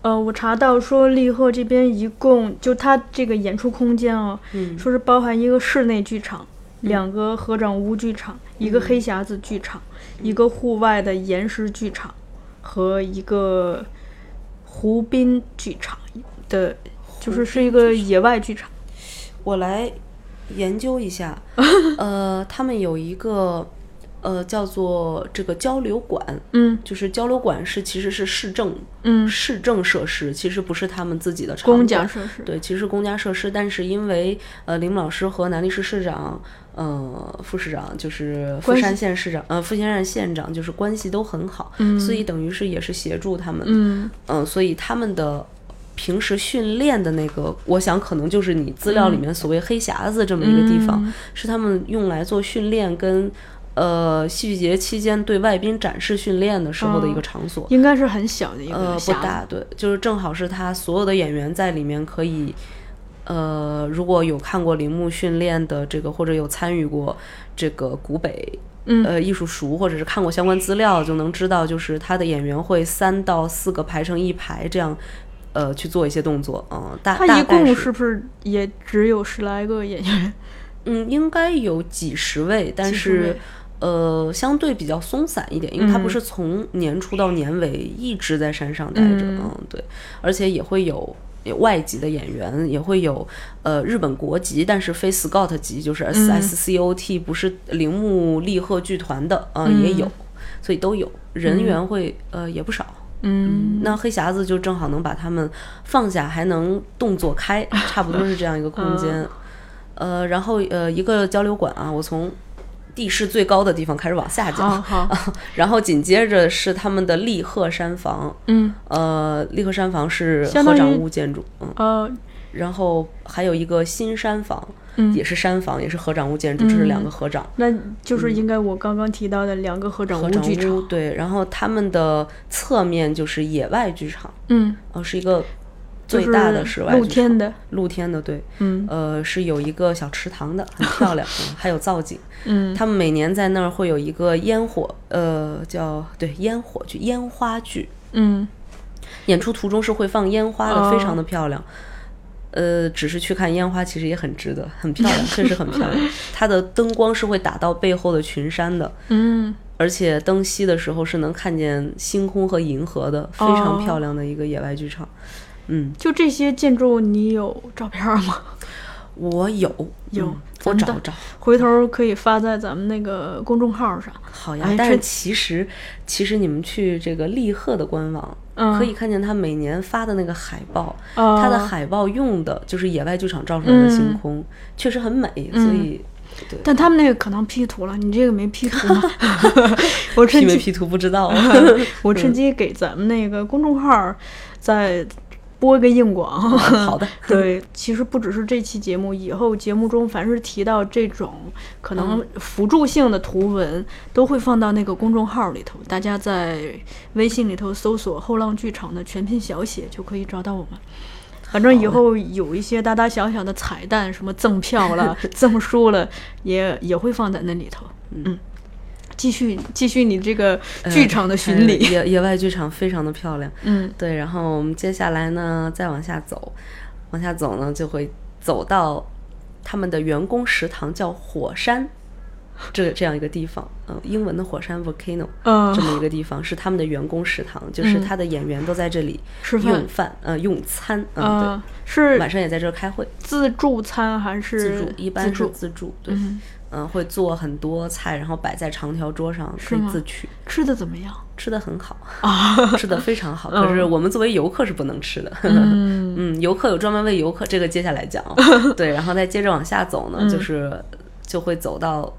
呃，我查到说立贺这边一共就它这个演出空间啊、
嗯
说是包含一个室内剧场、两个合掌屋剧场、一个黑匣子剧场、
嗯
一个户外的岩石剧场和一个湖滨剧场的，就是是一个野外剧场。
我来研究 一下，呃，他们有一个呃叫做这个交流馆，
嗯
就是交流馆是其实是市政
嗯，
市政设施，其实不是他们自己的场
公
馆
家设施。
对，其实是公家设施，但是因为呃，林老师和南丽市市长、呃副市长，就是富
关系
山县市长、呃富山县县长，就是关系都很好，
嗯
所以等于是也是协助他们，
嗯
嗯、所以他们的平时训练的那个，我想可能就是你资料里面所谓黑匣子这么一个地方，是他们用来做训练跟。呃，戏剧节期间对外宾展示训练的时候的一个场所，
应该是很小的一
呃
个
不
匣
大
子，，
对，就是正好是他所有的演员在里面可以，呃，如果有看过铃木训练的这个，或者有参与过这个古北。
嗯
呃，艺术塾或者是看过相关资料，就能知道，就是他的演员会三到四个排成一排这样，呃，去做一些动作。嗯、大
它
大
一
概
共
是
是不是也只有十来个演员？
嗯，应该有几十位，但
几十
是
位
呃，相对比较松散一点，因为它不
嗯
是从年初到年尾一直在山上待着，嗯
嗯
对，而且也会有。有外籍的演员也会有，呃，日本国籍，但是非 Scott 级，就是
嗯
S S C O T，、不是铃木立贺剧团的啊、呃
嗯
也有，所以都有人员会、呃也不少。
嗯，
那黑匣子就正好能把他们放下，还能动作开，差不多是这样一个
嗯
空间。呃，然后呃，一个交流馆啊，我从地势最高的地方开始往下
好
讲，
好，
然后紧接着是他们的立鹤山房，
嗯，
呃，立鹤山房是
相
合
当于
掌屋建筑，嗯，
呃，
然后还有一个新山房，
嗯
也是山房，也是合掌屋建筑，这是两个合掌。
那就是应该我刚刚提到的两个合掌
嗯合
屋
掌
剧
屋
场，
对，然后他们的侧面就是野外剧场，
嗯，
呃，是一个
就
最
是
大的室外
露
剧场
天的，
露天的，对，
嗯
呃，是有一个小池塘的，很漂亮，嗯还有造景。
嗯，
他们每年在那儿会有一个烟火，呃，叫对烟火剧、烟花剧，
嗯
演出途中是会放烟花的，
哦
非常的漂亮。呃，只是去看烟花，其实也很值得，很 漂亮，确实很漂亮。它的灯光是会打到背后的群山的，
嗯，
而且灯熄的时候是能看见星空和银河的，非
哦
常漂亮的一个野外剧场。嗯，
就这些建筑，你有照片吗？
我有
有
嗯
咱
我
们
找
到
找。
回头可以发在咱们那个公众号上。
好呀
哎，
但是
这
其实其实你们去这个立鹤的官网，
嗯
可以看见他每年发的那个海报，
哦
它的海报用的就是野外剧场照出来的星空，
嗯
确实很美，所以。对
但他们那个可能 P 图了，你这个没 P 图 吗？我趁
P 没
机
P 图 不知道啊，
我趁机给咱们那个公众号儿再播一个硬广。
好的，
对，其实不只是这期节目，以后节目中凡是提到这种可
嗯
能辅助性的图文，都会放到那个公众号里头。大家在微信里头搜索“后浪剧场”的全拼小写，就可以找到我们。反正以后有一些大大小小的彩蛋，什么赠票 了、赠书了，也也会放在那里头。嗯，继续继续你这个剧场的巡礼。
呃野野外剧场非常的漂亮。
嗯
对，然后我们接下来呢，再往下走，往下走呢，就会走到他们的员工食堂，叫火山，这这样一个地方，嗯、英文的火山 volcano，、
嗯
这么一个地方是他们的员工食堂，就是他的演员都在这里
吃饭
用饭，呃，用餐，嗯、
呃，
对，
是
晚上也在这儿开会，
自助餐还是
自助一般
自
是
助
自助，对，嗯、会做很多菜，然后摆在长条桌上，可以
吗
自取。
吃的怎么样？
吃的很好，
啊
吃的非常好。可是我们作为游客是不能吃的。
嗯
嗯，游客有专门为游客，这个接下来讲 哦。对，然后再接着往下走
嗯
呢，就是就会走到，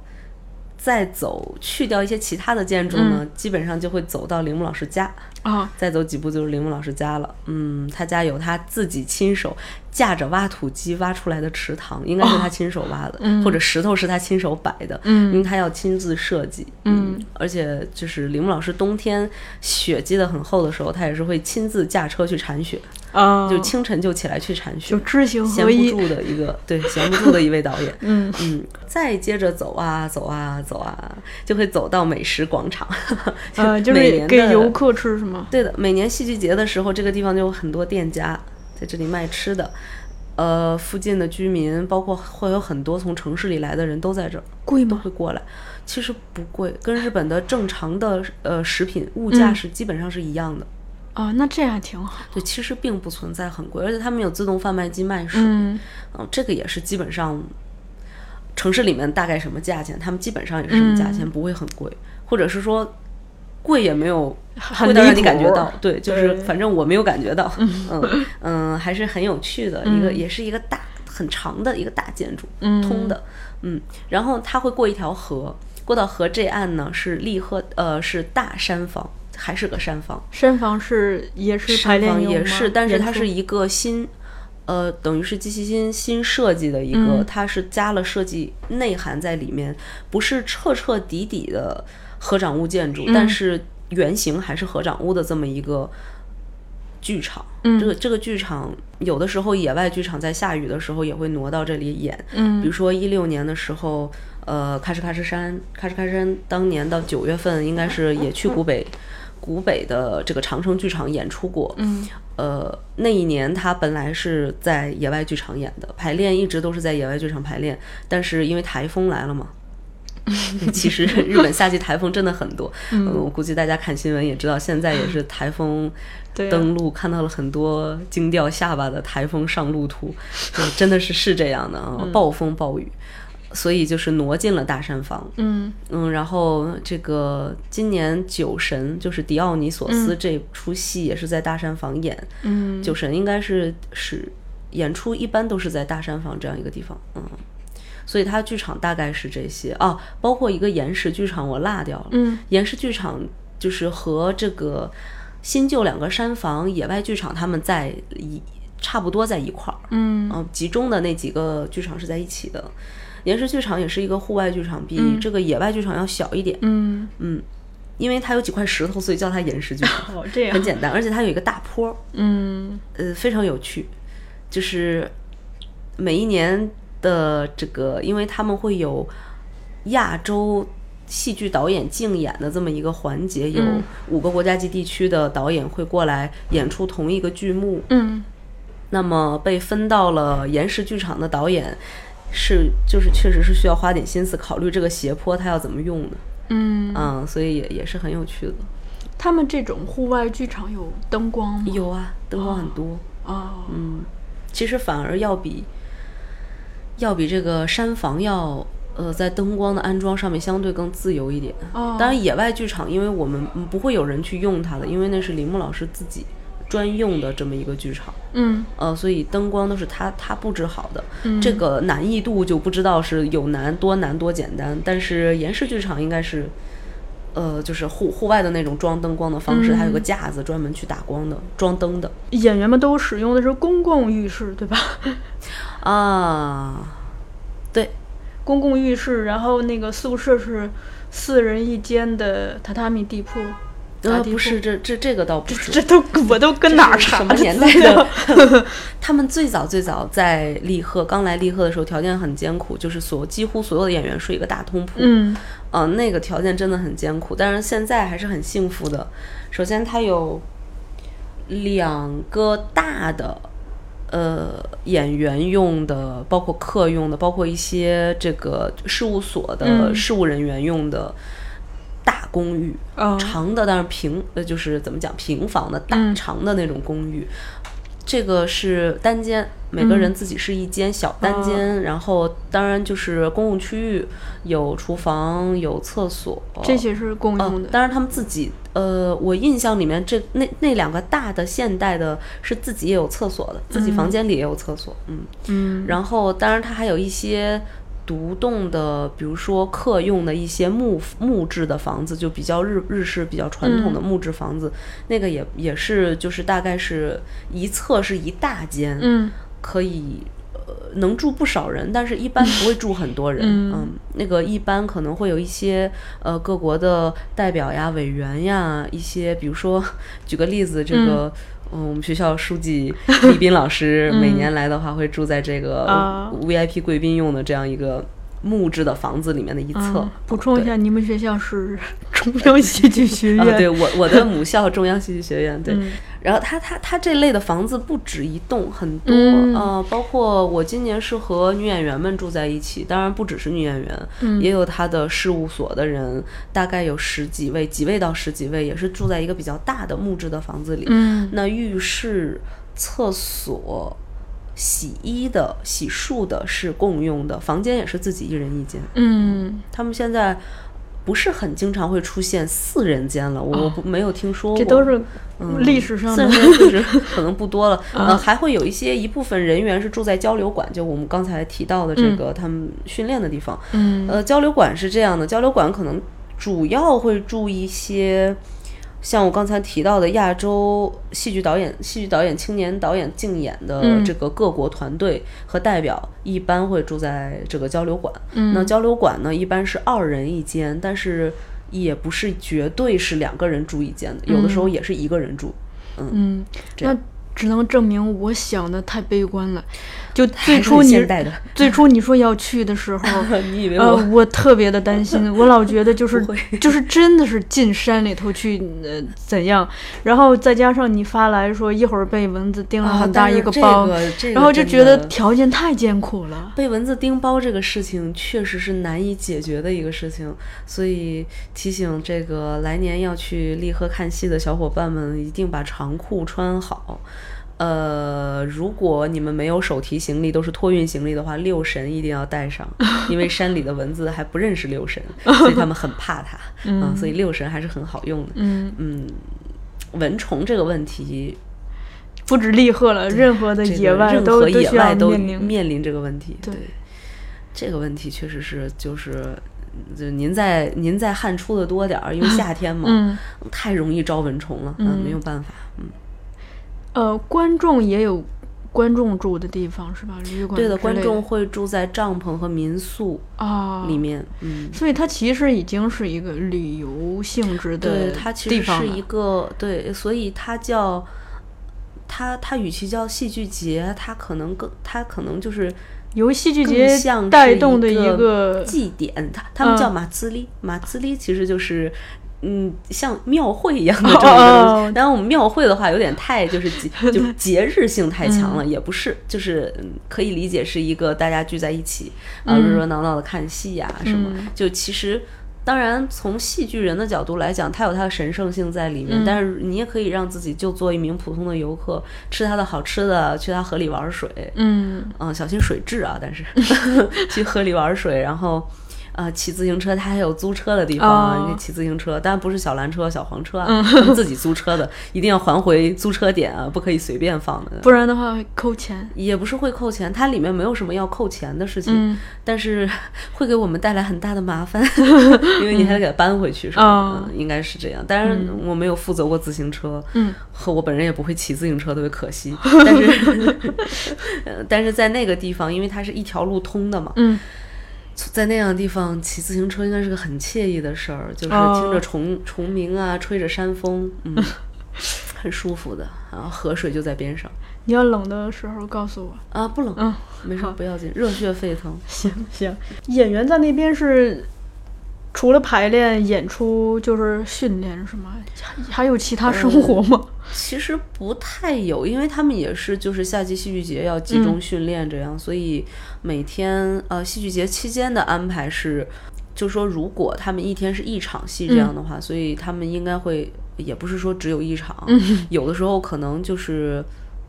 再走去掉一些其他的建筑呢，
嗯
基本上就会走到铃木老师家。
啊，
再走几步就是铃木老师家了。嗯，他家有他自己亲手架着挖土机挖出来的池塘，应该是他亲手挖的，或者石头是他亲手摆的，
哦嗯
因为他要亲自设计。嗯，而且就是铃木老师冬天雪积得很厚的时候，他也是会亲自驾车去铲雪，
啊，
就清晨就起来去铲雪
就。知行
闲
合
不
一，
住的一个，对，闲不住的一位导演，
嗯
嗯，再接着走啊走啊走啊，就会走到美食广场，
呃，就
每年
是给
的
游客吃什么？
对的，每年戏剧节的时候，这个地方就有很多店家在这里卖吃的。呃，附近的居民，包括会有很多从城市里来的人都在这儿，
贵
都
吗？
会过来。其实不贵，跟日本的正常的呃食品物价
嗯
是基本上是一样的。
啊，那这样挺好。
对，其实并不存在很贵，而且他们有自动贩卖机卖水，嗯、
嗯
这个也是基本上城市里面大概什么价钱，他们基本上也是什么价
嗯
钱，不会很贵，或者是说贵也没有
很
会到让你
离谱
感觉到，对，就是
对
反正我没有感觉到， 嗯嗯，还是很有趣的
嗯
一个，也是一个大很长的一个大建筑，通的，嗯，然后它会过一条河，过到河这岸呢是立鹤，呃是大山房。还是个山房，
山房是也是排
山
练
房
用吗
也是，但是它
演出
是一个新，呃，等于是机器新新设计的一个，
嗯
它是加了设计内涵在里面，不是彻彻底底的合掌屋建筑，
嗯
但是原型还是合掌屋的这么一个剧场。
嗯
这个这个剧场有的时候野外剧场在下雨的时候也会挪到这里演，
嗯
比如说一六年的时候，呃，喀什喀什山，喀什喀什山当年到九月份应该是也去古北，古北的这个长城剧场演出过。
嗯
呃，那一年他本来是在野外剧场演的，排练一直都是在野外剧场排练，但是因为台风来 了嘛。其实日本夏季台风真的很多，嗯、我估计大家看新闻也知道，现在也是台风
对啊
登陆，看到了很多惊掉下巴的台风上路图， 就真的是是这样的
嗯
啊，暴风暴雨，所以就是挪进了大山房。
嗯
嗯，然后这个今年《酒神》就是迪奥尼索斯这出戏也是在大山房演，
嗯
酒神》应该是是演出一般都是在大山房这样一个地方，嗯，所以它剧场大概是这些啊，包括一个岩石剧场我落掉了，
嗯
岩石剧场就是和这个新旧两个山房野外剧场他们在一差不多在一块儿，
嗯
嗯，集中的那几个剧场是在一起的。岩石剧场也是一个户外剧场，比
嗯
这个野外剧场要小一点，
嗯，
嗯，因为它有几块石头，所以叫它岩石剧 场，
哦这样
很简单，而且它有一个大坡，
嗯
呃，非常有趣，就是每一年的这个，因为他们会有亚洲戏剧导演竞演的这么一个环节，有
嗯
五个国家级地区的导演会过来演出同一个剧目，
嗯
那么被分到了岩石剧场的导演是就是确实是需要花点心思考虑这个斜坡它要怎么用的，
嗯，
嗯，所以也也是很有趣的。
他们这种户外剧场有灯光吗？
有啊，灯光很多，
哦，
嗯，其实反而要比要比这个山房要。呃，在灯光的安装上面相对更自由一点。
哦
当然，野外剧场，因为我们嗯不会有人去用它的，因为那是铃木老师自己专用的这么一个剧场。
嗯
呃，所以灯光都是他他布置好的，
嗯
这个难易度就不知道是有难多难多简单，但是岩石剧场应该是，呃，就是户户外的那种装灯光的方式，它有个
嗯
架子专门去打光的，装灯的
演员们都使用的是公共浴室，对吧？
啊，对，
公共浴室，然后那个宿舍是四人一间的榻榻米地铺。打
呃，
地
不是
铺，
这这这个倒不是，
这都我都跟哪儿
这是
查
什么
的
年
资
代
料？
的？他们最早最早在立贺刚来立贺的时候，条件很艰苦，就是所几乎所有的演员睡一个大通铺，
嗯
嗯、那个条件真的很艰苦，但是现在还是很幸福的。首先，它有两个大的呃演员用的，包括客用的，包括一些这个事务所的
嗯
事务人员用的大公寓。
哦
长的，但是平呃，就是怎么讲平房的大、
嗯
长的那种公寓。这个是单间，每个
嗯
人自己是一间小
哦
单间，然后当然就是公共区域，有厨房，有厕所，
这些是共用
嗯，
的。
当然他们自己，呃，我印象里面这那那两个大的现代的是自己也有厕所的，自己房间里也有厕所，嗯。
嗯，
然后当然它还有一些独栋的，比如说客用的一些木木质的房子，就比较日日式比较传
嗯
统的木质房子，那个也也是就是大概是一侧是一大间，
嗯
可以。呃，能住不少人，但是一般不会住很多人。
嗯
那个一般可能会有一些呃各国的代表呀、委员呀，一些比如说，举个例子，这个嗯我们学校书记李斌老师每年来的话，会住在这个
啊
VIP 贵宾用的这样一个木质的房子里面的一侧。
嗯，补充一下，你们学校是 中央戏剧学
啊，
院。
对我我的母校中央戏剧学院，对，
嗯
然后它它它这类的房子不止一栋，很多，
嗯
呃，包括我今年是和女演员们住在一起，当然不只是女演员，
嗯
也有她的事务所的人，大概有十几位，几位到十几位，也是住在一个比较大的木质的房子里，
嗯
那浴室、厕所。洗衣的、洗漱的是共用的，房间也是自己一人一间。
嗯，
他们现在不是很经常会出现四人间了，我不、没有听说过。
哦这都是
嗯
历史上的 啊
四人间确实可能不多了。呃，还会有一些一部分人员是住在交流馆，就我们刚才提到的这个、他们训练的地方。
嗯
呃，交流馆是这样的，交流馆可能主要会住一些。像我刚才提到的亚洲戏剧导演、戏剧导演青年导演竞演的
嗯
这个各国团队和代表，一般会住在这个交流馆。
嗯
那交流馆呢，一般是二人一间，但是也不是绝对是两个人住一间的，有的时候也是一个人住。
嗯，
这
那
样
只能证明我想的太悲观了。就最
还是
初
很
你
现代的，
最初你说要去的时候
你以为
呃
我，
我特别的担 心，我老觉得就是
不会
就是真的是进山里头去，呃，怎样？然后再加上你发来说一会儿被蚊子叮了
啊
很大
但是
一个
这
包，
个这个
然后就
真
觉得
的
条件太艰苦了。
被蚊子叮包这个事情确实是难以解决的一个事情，所以提醒这个来年要去利河看戏的小伙伴们，一定把长裤穿好。呃，如果你们没有手提行李，都是托运行李的话，六神一定要带上，因为山里的蚊子还不认识六神，所以他们很怕它。嗯、所以六神还是很好用的。
嗯，
嗯，蚊虫这个问题，
不止立鹤了，任何的
这个
野外
任
都
何
都
野
需要
外都
面临。
面临这个问题。
对
这个问题确实是就是。就您在您在汗出的多点 儿，因为夏天嘛，
嗯
太容易招蚊虫了，嗯，没有办法，嗯，
呃，观众也有观众住的地方是吧？旅馆
对
之
的，观
类
众会住在帐篷和民宿
啊
里面，嗯，
所以它其实已经是一个旅游性质的
对，它其
地
实
方
是
了
一个对，所以它叫它它与其叫戏剧节，它可能更它可能就是
由戏剧节
更像是
带动的一
个
个
祭典，他他们叫
嗯
马兹利，马兹利其实就是。嗯，像庙会一样的
哦
这么一个
哦
东
哦
西，当然我们庙会的话有点太就是节就是节日性太强
嗯
了，也不是，就是嗯可以理解是一个大家聚在一起啊
嗯
热热闹闹的看戏呀、什么，就其实当然从戏剧人的角度来讲，它有它的神圣性在里
嗯
面，但是你也可以让自己就做一名普通的游客，吃它的好吃的，去它河里玩水，
嗯
嗯，小心水质啊！但是去河里玩水，然后呃骑自行车，它还有租车的地方啊，
哦
你可以骑自行车，当然不是小蓝车、小黄车啊，他们自己租车的，一定要还回租车点啊，不可以随便放的。
不然的话会扣钱。
也不是会扣钱，它里面没有什么要扣钱的事情，
嗯
但是会给我们带来很大的 麻烦，因为你还得给它搬回去，是吧？
哦
嗯，应该是这样。当然，我没有负责过自行车，
嗯，
和我本人也不会骑自行车，特别 可惜。但是， 呃但是在那个地方，因为它是一条路通的嘛，
嗯
在那样的地方骑自行车应该是个很惬意的事儿，就是
哦
听着虫、虫鸣啊，吹着山风， 嗯，很舒服的。然后河水就在边上。
你要冷的时候告诉我。
啊，不冷，
嗯，
没事，不要紧，热血沸腾。
行行，演员在那边是除了排练、演出就是训练是吗？还还有其他
呃
生活吗？
其实不太有，因为他们也是就是夏季戏剧节要集
嗯
中训练这样，所以每天呃戏剧节期间的安排是，就说如果他们一天是一场戏这
嗯
样的话，所以他们应该会也不是说只有一场，
嗯
有的时候可能就是。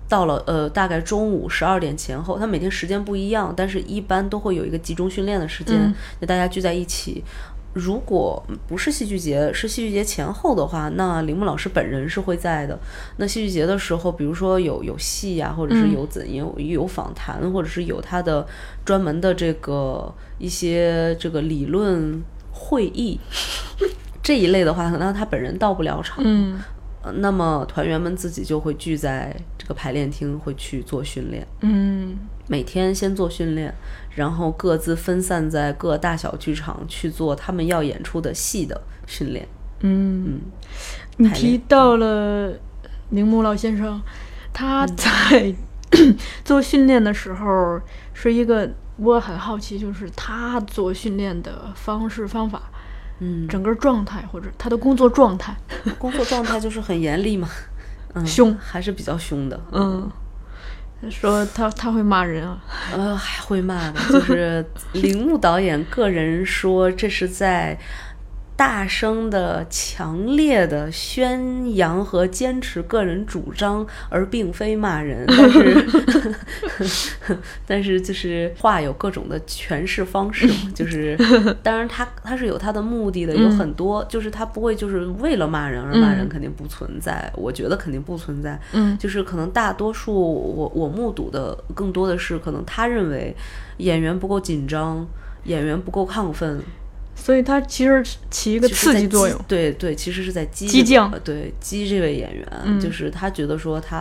到了呃，大概中午十二点前后，他每天时间不一样，但是一般都会有一个集中训练的时间，
嗯
就大家聚在一起，如果不是戏剧节，是戏剧节前后的话，那铃木老师本人是会在的。那戏剧节的时候，比如说有有戏呀、或者是
嗯
有怎有有访谈，或者是有他的专门的这个一些这个理论会议这一类的话，可能他本人到不了场。
嗯
呃那么团员们自己就会聚在这个排练厅，会去做训练。
嗯
每天先做训练，然后各自分散在各大小剧场去做他们要演出的戏的训练。
嗯，你
排练
提到了铃木老先生，他在 做训练的时候是一个，我很好奇，就是他做训练的方式方法，
嗯，
整个状态或者他的工作状态，
工作状态就是很严厉嘛，嗯，
凶
还是比较凶的，
嗯，说他他会骂人啊，
呃，还会骂的， 就是铃木导演个人说，这是在大声的、强烈的宣扬和坚持个人主张，而并非骂人。但是， 但是就是话有各种的诠释方式嘛，就是当然他他是有他的目的的，有很多、就是他不会就是为了骂人而骂人，
嗯
肯定不存在，我觉得肯定不存在。
嗯
就是可能大多数我我目睹的更多的是，可能他认为演员不够紧张，演员不够亢奋，
所以它其实起一个
其实
刺
在
激作用。
对对，其实是在激
激
这
将嗯
个对激这位演员，就是他觉得说他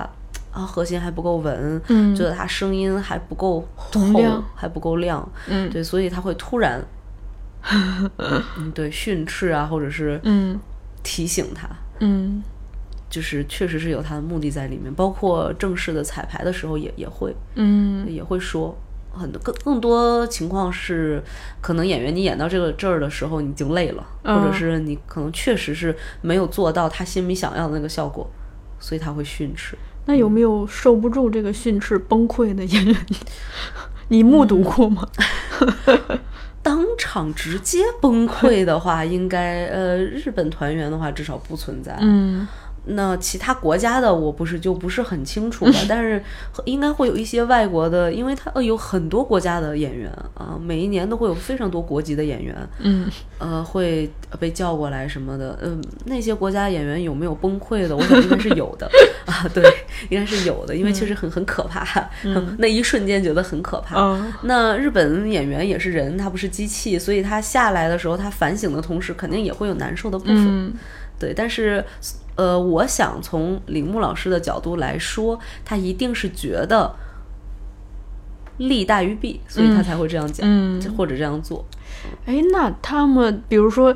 啊核心还不够稳，
嗯
觉得他声音还不够
洪
透
亮，
还不够亮，
嗯
对，所以他会 突然，嗯，对训斥啊，或者是
嗯
提醒他。
嗯
就是确实是有他的目的在里面，包括正式的彩排的时候也也会
嗯
也会说很多更更多情况是，可能演员你演到这个这儿的时候你已经累了，
嗯
或者是你可能确实是没有做到他心里想要的那个效果，所以他会训斥。
那有没有受不住这个训斥崩溃的演员？你目睹过吗？
当场直接崩溃 的话，应该呃日本团员的话至少不存在。
嗯
那其他国家的我不是就不是很 清楚了，但是应该会有一些外国的，因为他呃有很多国家的演员啊，每一年都会有非常多国籍的演员，
嗯
呃，会被叫过来什么的。嗯、那些国家演员有没有崩溃的？我想应该是有 的啊，对，应该是有的，因为确实
嗯
很很可怕，那一瞬间觉得很可怕。
啊
那日本演员也是人，他不是机器，所以他下来的时候，他反省的同时，肯定也会有难受的部分。
嗯
对，但是，呃，我想从铃木老师的角度来说，他一定是觉得利大于弊，所以他才会这样讲，
嗯
或者这样做。
哎，那他们比如说，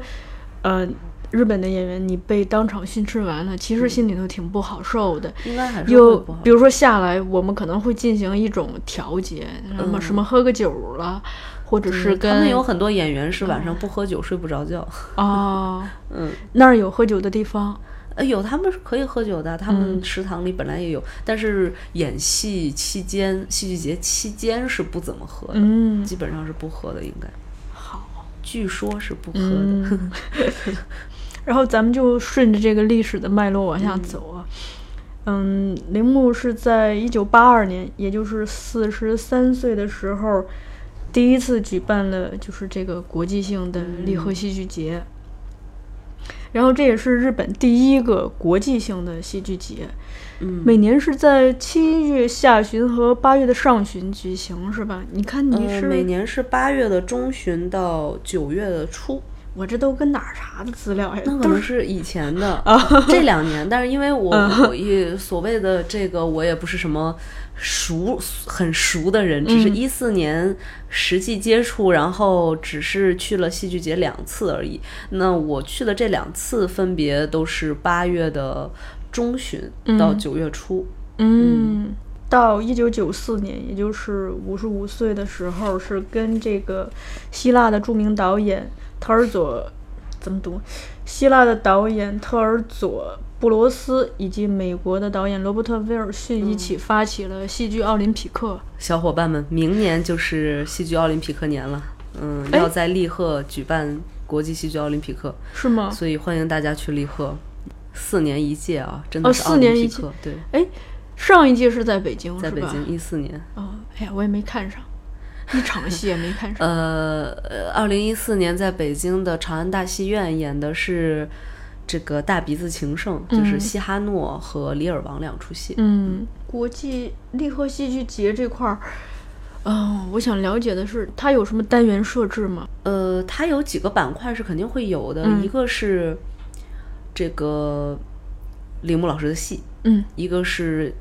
呃，日本的演员，你被当场训斥完了，其实心里头挺不好受的。
应该还是
又
会不好。
比如说下来，我们可能会进行一种调节，什么、什么喝个酒了，或者是跟
嗯他们有很多演员是晚上不喝酒睡不着觉，
哦，
嗯，
那儿有喝酒的地方，
呃，有他们是可以喝酒的，他
嗯
们食堂里本来也有，但是演戏期间、戏剧节期间是不怎么喝的，
嗯
基本上是不喝的，应该
好，
据说是不喝的。
嗯， 然后咱们就顺着这个历史的脉络往下走啊。嗯，铃木是在一九八二年，也就是四十三岁的时候，第一次举办了就是这个国际性的利和戏剧节。然后这也是日本第一个国际性的戏剧节，
嗯
每年是在七月下旬和八月的上旬举行，是吧？你看你
呃
是、
每年是八月的中旬到九月的初，
我这都跟哪儿查的资料呀？
那可
都
能
是啊
是以前的这两年，但是因为我
嗯
我也所谓的这个我也不是什么熟很熟的人，只是
嗯
一四年实际接触，然后只是去了戏剧节两次而已。那我去的这两次分别都是八月的中旬到九月初，
嗯，到一九九四年，也就是五十五岁的时候，是跟这个希腊的著名导演特尔佐，怎么读？希腊的导演特尔佐布罗斯以及美国的导演罗伯特威尔逊一起发起了戏剧奥林匹克。
小伙伴们，明年就是戏剧奥林匹克年了，嗯，
哎
要在利赫举办国际戏剧奥林匹克。
是吗？
嗯所以欢迎大家去利赫，四年一届啊，真
哦
的是
四
奥林
年一
匹
届
克，对，
哎，上一届是在北京，
在北
是吧
京？一四年，
哦，哎呀，我也没看 上，一场戏也没看上。
呃，二零一四年在北京的长安大戏院演的是这个《大鼻子情圣》，就是
嗯
西哈诺和李尔王两出戏。
嗯，国际利和戏剧节这块儿，嗯、我想了解的是，它有什么单元设置吗？
呃，它有几个板块是肯定会有的，
嗯
一个是这个铃木老师的戏，
嗯
一个是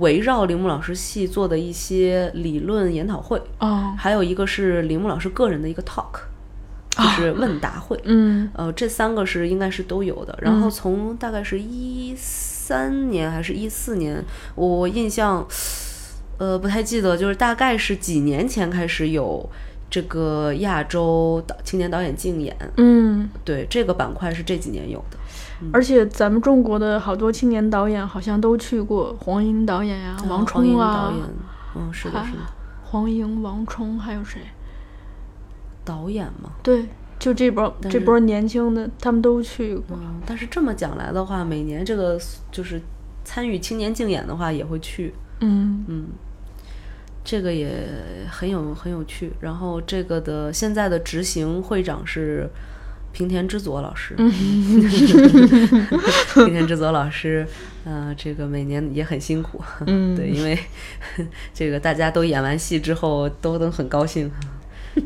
围绕铃木老师戏做的一些理论研讨会，
哦，
还有一个是铃木老师个人的一个 talk，就是问答会。
啊嗯
呃，这三个是应该是都有的。然后从大概是一三年还是一四年，我印象呃不太记得，就是大概是几年前开始有这个亚洲导青年导演竞演，
嗯，
对这个板块是这几年有的。
而且咱们中国的好多青年导演好像都去过，黄英导演呀、王冲
黄
啊
呃英导演，，嗯，是的，
还
是的，
黄英、王冲还有谁？
导演嘛。
对，就这波
但
这
是
波年轻的，他们都去过。
嗯，但是这么讲来的话，每年这个就是参与青年竞演的话，也会去。
嗯
嗯，这个也很有很有趣。然后这个的现在的执行会长是平田知佐老师，平田知佐老师，呃，这个每年也很辛苦，
嗯
对，因为这个大家都演完戏之后都都很高兴。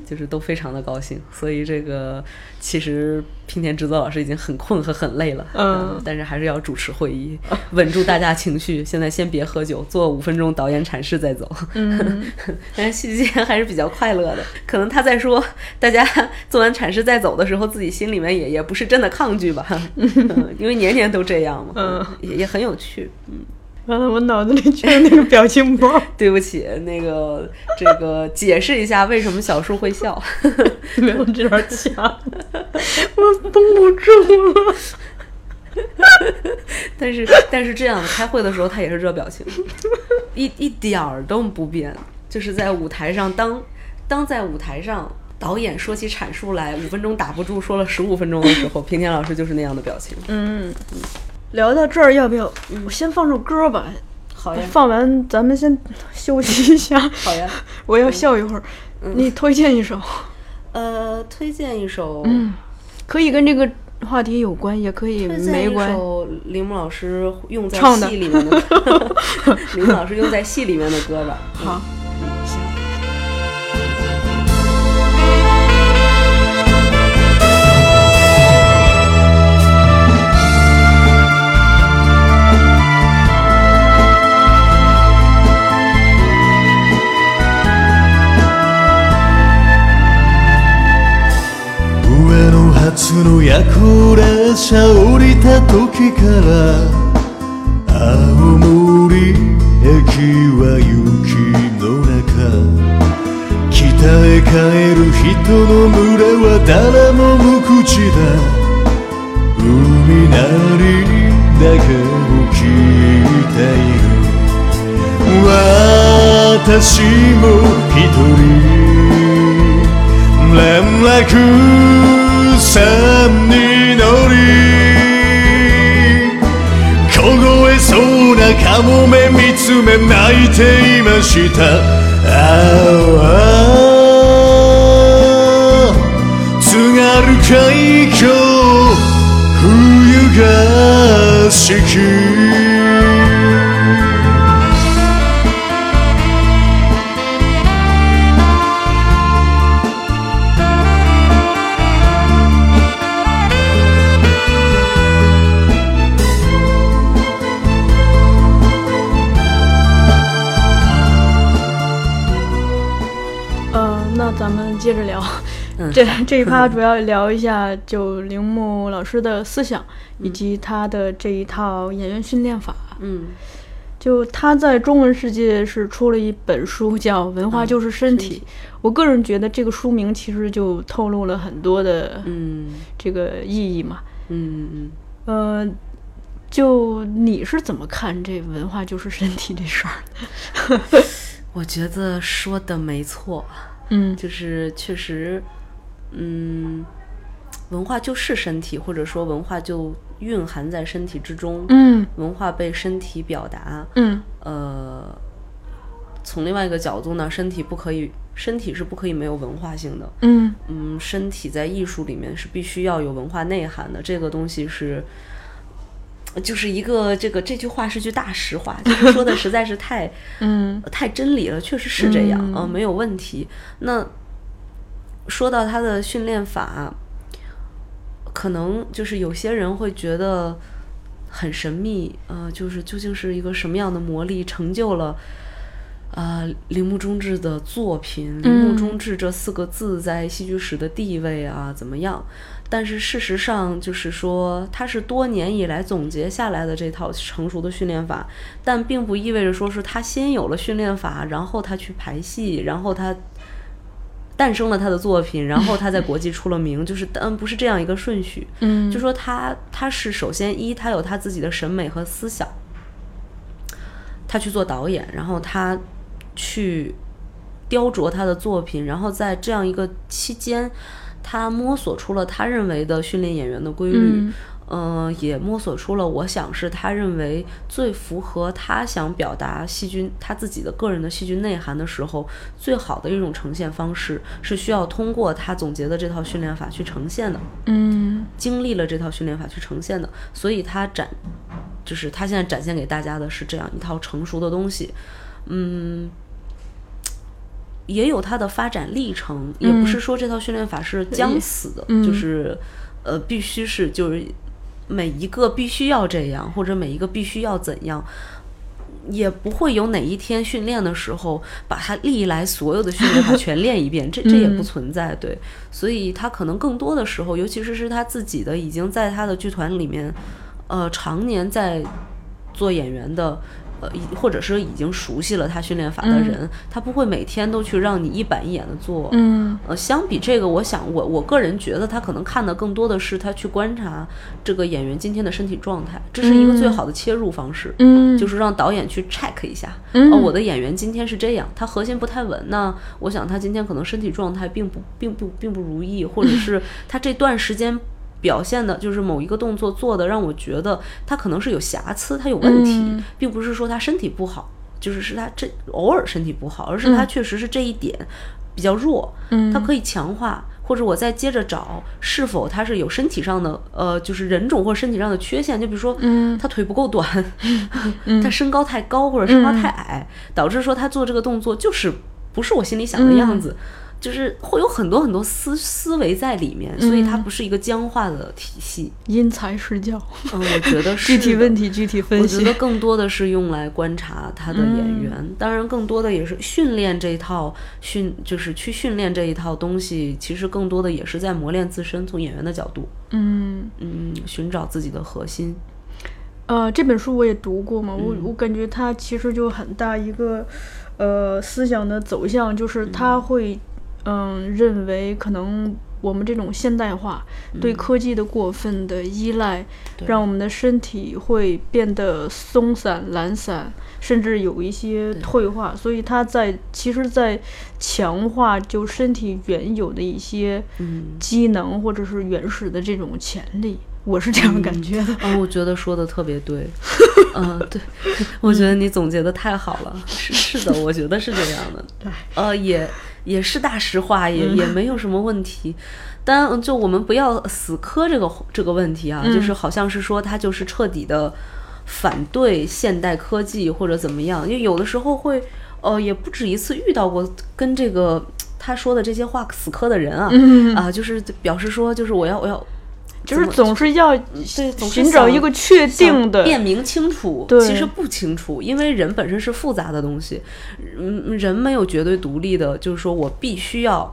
就是都非常的高兴。所以这个其实平田直作老师已经很困和很累了，呃
嗯
但是还是要主持会议，稳住大家情绪。现在先别喝酒，做五分钟导演阐释再走。
嗯，
但是戏剧界还是比较快乐的。可能他在说大家做完阐释再走的时候，自己心里面也也不是真的抗拒吧，嗯 因为年年都这样嘛，
嗯
也也很有趣。嗯，
完了，我脑子里全是那个表情 包，
对不起，那个这个解释一下为什么小树会笑。
没有这段墙， 我绷不住了。
但是但是这样，开会的时候他也是这表情，一一点儿都不变，就是在舞台上当当在舞台上。导演说起阐述来，五分钟打不住，说了十五分钟的时候，平田老师就是那样的表情。
嗯，
聊到这儿，要不要我先放首歌吧？
好呀，
放完咱们先休息一下，
好呀。
我要笑一会儿。你推荐一首，
呃，推荐一首，
嗯可以跟这个话题有关，也可以
推
没
荐一
关。
首铃木老师用在
唱的
戏里面的歌， 铃木老师用在戏里面的歌吧。
好，
上野の初の夜行列車降りた時から青森駅は雪の中北へ帰る人の群れは誰も無口だ海なりだけを聞いている私も一人連絡船に乗り凍えそうなカモメ見つめ泣いていましたああ津軽海峡冬が四季
呃，那咱们接着聊。
嗯
这这一趴主要聊一下就铃木老师的思想，以及他的这一套演员训练法。
嗯，
就他在中文世界是出了一本书，叫《文化就是身体》。我个人觉得这个书名其实就透露了很多的
嗯
这个意义嘛。
嗯嗯
呃，就你是怎么看这“文化就是身体”这事儿？
嗯，我觉得说的没错，
嗯
就是确实，嗯，文化就是身体，或者说文化就蕴含在身体之中，
嗯
文化被身体表达，
嗯
呃，从另外一个角度呢，身体不可以，身体是不可以没有文化性的，
嗯
嗯，身体在艺术里面是必须要有文化内涵的，这个东西是，就是一个这个这句话是句大实话，就是说的实在是太呃
嗯
太真理了，确实是这样啊、呃没有问题。那说到他的训练法，可能就是有些人会觉得很神秘，呃，就是究竟是一个什么样的魔力成就了？呃，铃木忠志的作品，铃木忠志这四个字在戏剧史的地位啊，怎么样？但是事实上，就是说，它是多年以来总结下来的这套成熟的训练法，但并不意味着说是他先有了训练法，然后他去排戏，然后他诞生了他的作品，然后他在国际出了名，就是嗯，不是这样一个顺序。
嗯
就说他他是首先一，他有他自己的审美和思想，他去做导演，然后他去雕琢他的作品，然后在这样一个期间，他摸索出了他认为的训练演员的规律。
嗯
嗯，也摸索出了，我想是他认为最符合他想表达细菌他自己的个人的细菌内涵的时候，最好的一种呈现方式是需要通过他总结的这套训练法去呈现的，
嗯
经历了这套训练法去呈现的，所以他展就是他现在展现给大家的是这样一套成熟的东西，嗯。也有它的发展历程，也不是说这套训练法是将死的，就是呃必须是就是每一个必须要这样，或者每一个必须要怎样。也不会有哪一天训练的时候把它历来所有的训练法全练一遍，这这也不存在。对，所以他可能更多的时候，尤其是是他自己的已经在他的剧团里面，呃，常年在做演员的，呃，已或者是已经熟悉了他训练法的人，他不会每天都去让你一板一眼的做。
嗯，
呃，相比这个，我想我我个人觉得他可能看的更多的是他去观察这个演员今天的身体状态，这是一个最好的切入方式。
嗯
就是让导演去 check 一下，
嗯
哦，我的演员今天是这样，他核心不太稳，那我想他今天可能身体状态并不并不并不如意，或者 是他这段时间。表现的就是某一个动作做的，让我觉得他可能是有瑕疵，他有问题，
嗯
并不是说他身体不好，就是是他这偶尔身体不好，而是他确实是这一点比较弱，
嗯
他可以强化，或者我再接着找是否他是有身体上的呃，就是人种或身体上的缺陷，就比如说，
嗯
他腿不够短， 他身高太高或者身高
嗯
太矮，导致说他做这个动作就是不是我心里想的
嗯
样子。就是会有很多很多思思维在里面，所
嗯
以它不是一个僵化的体系。
因材施教，
嗯，我觉得是
具体
的
问题具体分
我
析嗯
觉。得更多的是用来观察他的演员，当然更多的也是训练这一套训，就是去训练这一套东西，其实更多的也是在磨练自身，从演员的角度，
嗯。
嗯，寻找自己的核心。
呃，这本书我也读过嘛，我我感觉它其实就很大一个，呃，思想的走向就是他会，嗯、认为可能我们这种现代化对科技的过分的依赖，让我们的身体会变得松散、懒散，甚至有一些退化，所以他在其实，在强化就身体原有的一些机能或者是原始的这种潜力，我是这样感觉的。
嗯、我觉得说的特别对，嗯、对，我觉得你总结的太好了，是是的，我觉得是这样的，呃，也也是大实话，也也没有什么问题。但嗯就我们不要死磕这个这个问题啊，就是好像是说他就是彻底的反对现代科技或者怎么样，因为有的时候会，呃，也不止一次遇到过跟这个他说的这些话死磕的人啊，啊、就是表示说就是我要我要。
就是
怎么嗯
总是要
对，总是
寻找
想
一个确定的
想辨明清楚，
对
其实不清楚，因为人本身是复杂的东西，嗯，人没有绝对独立的，就是说我必须要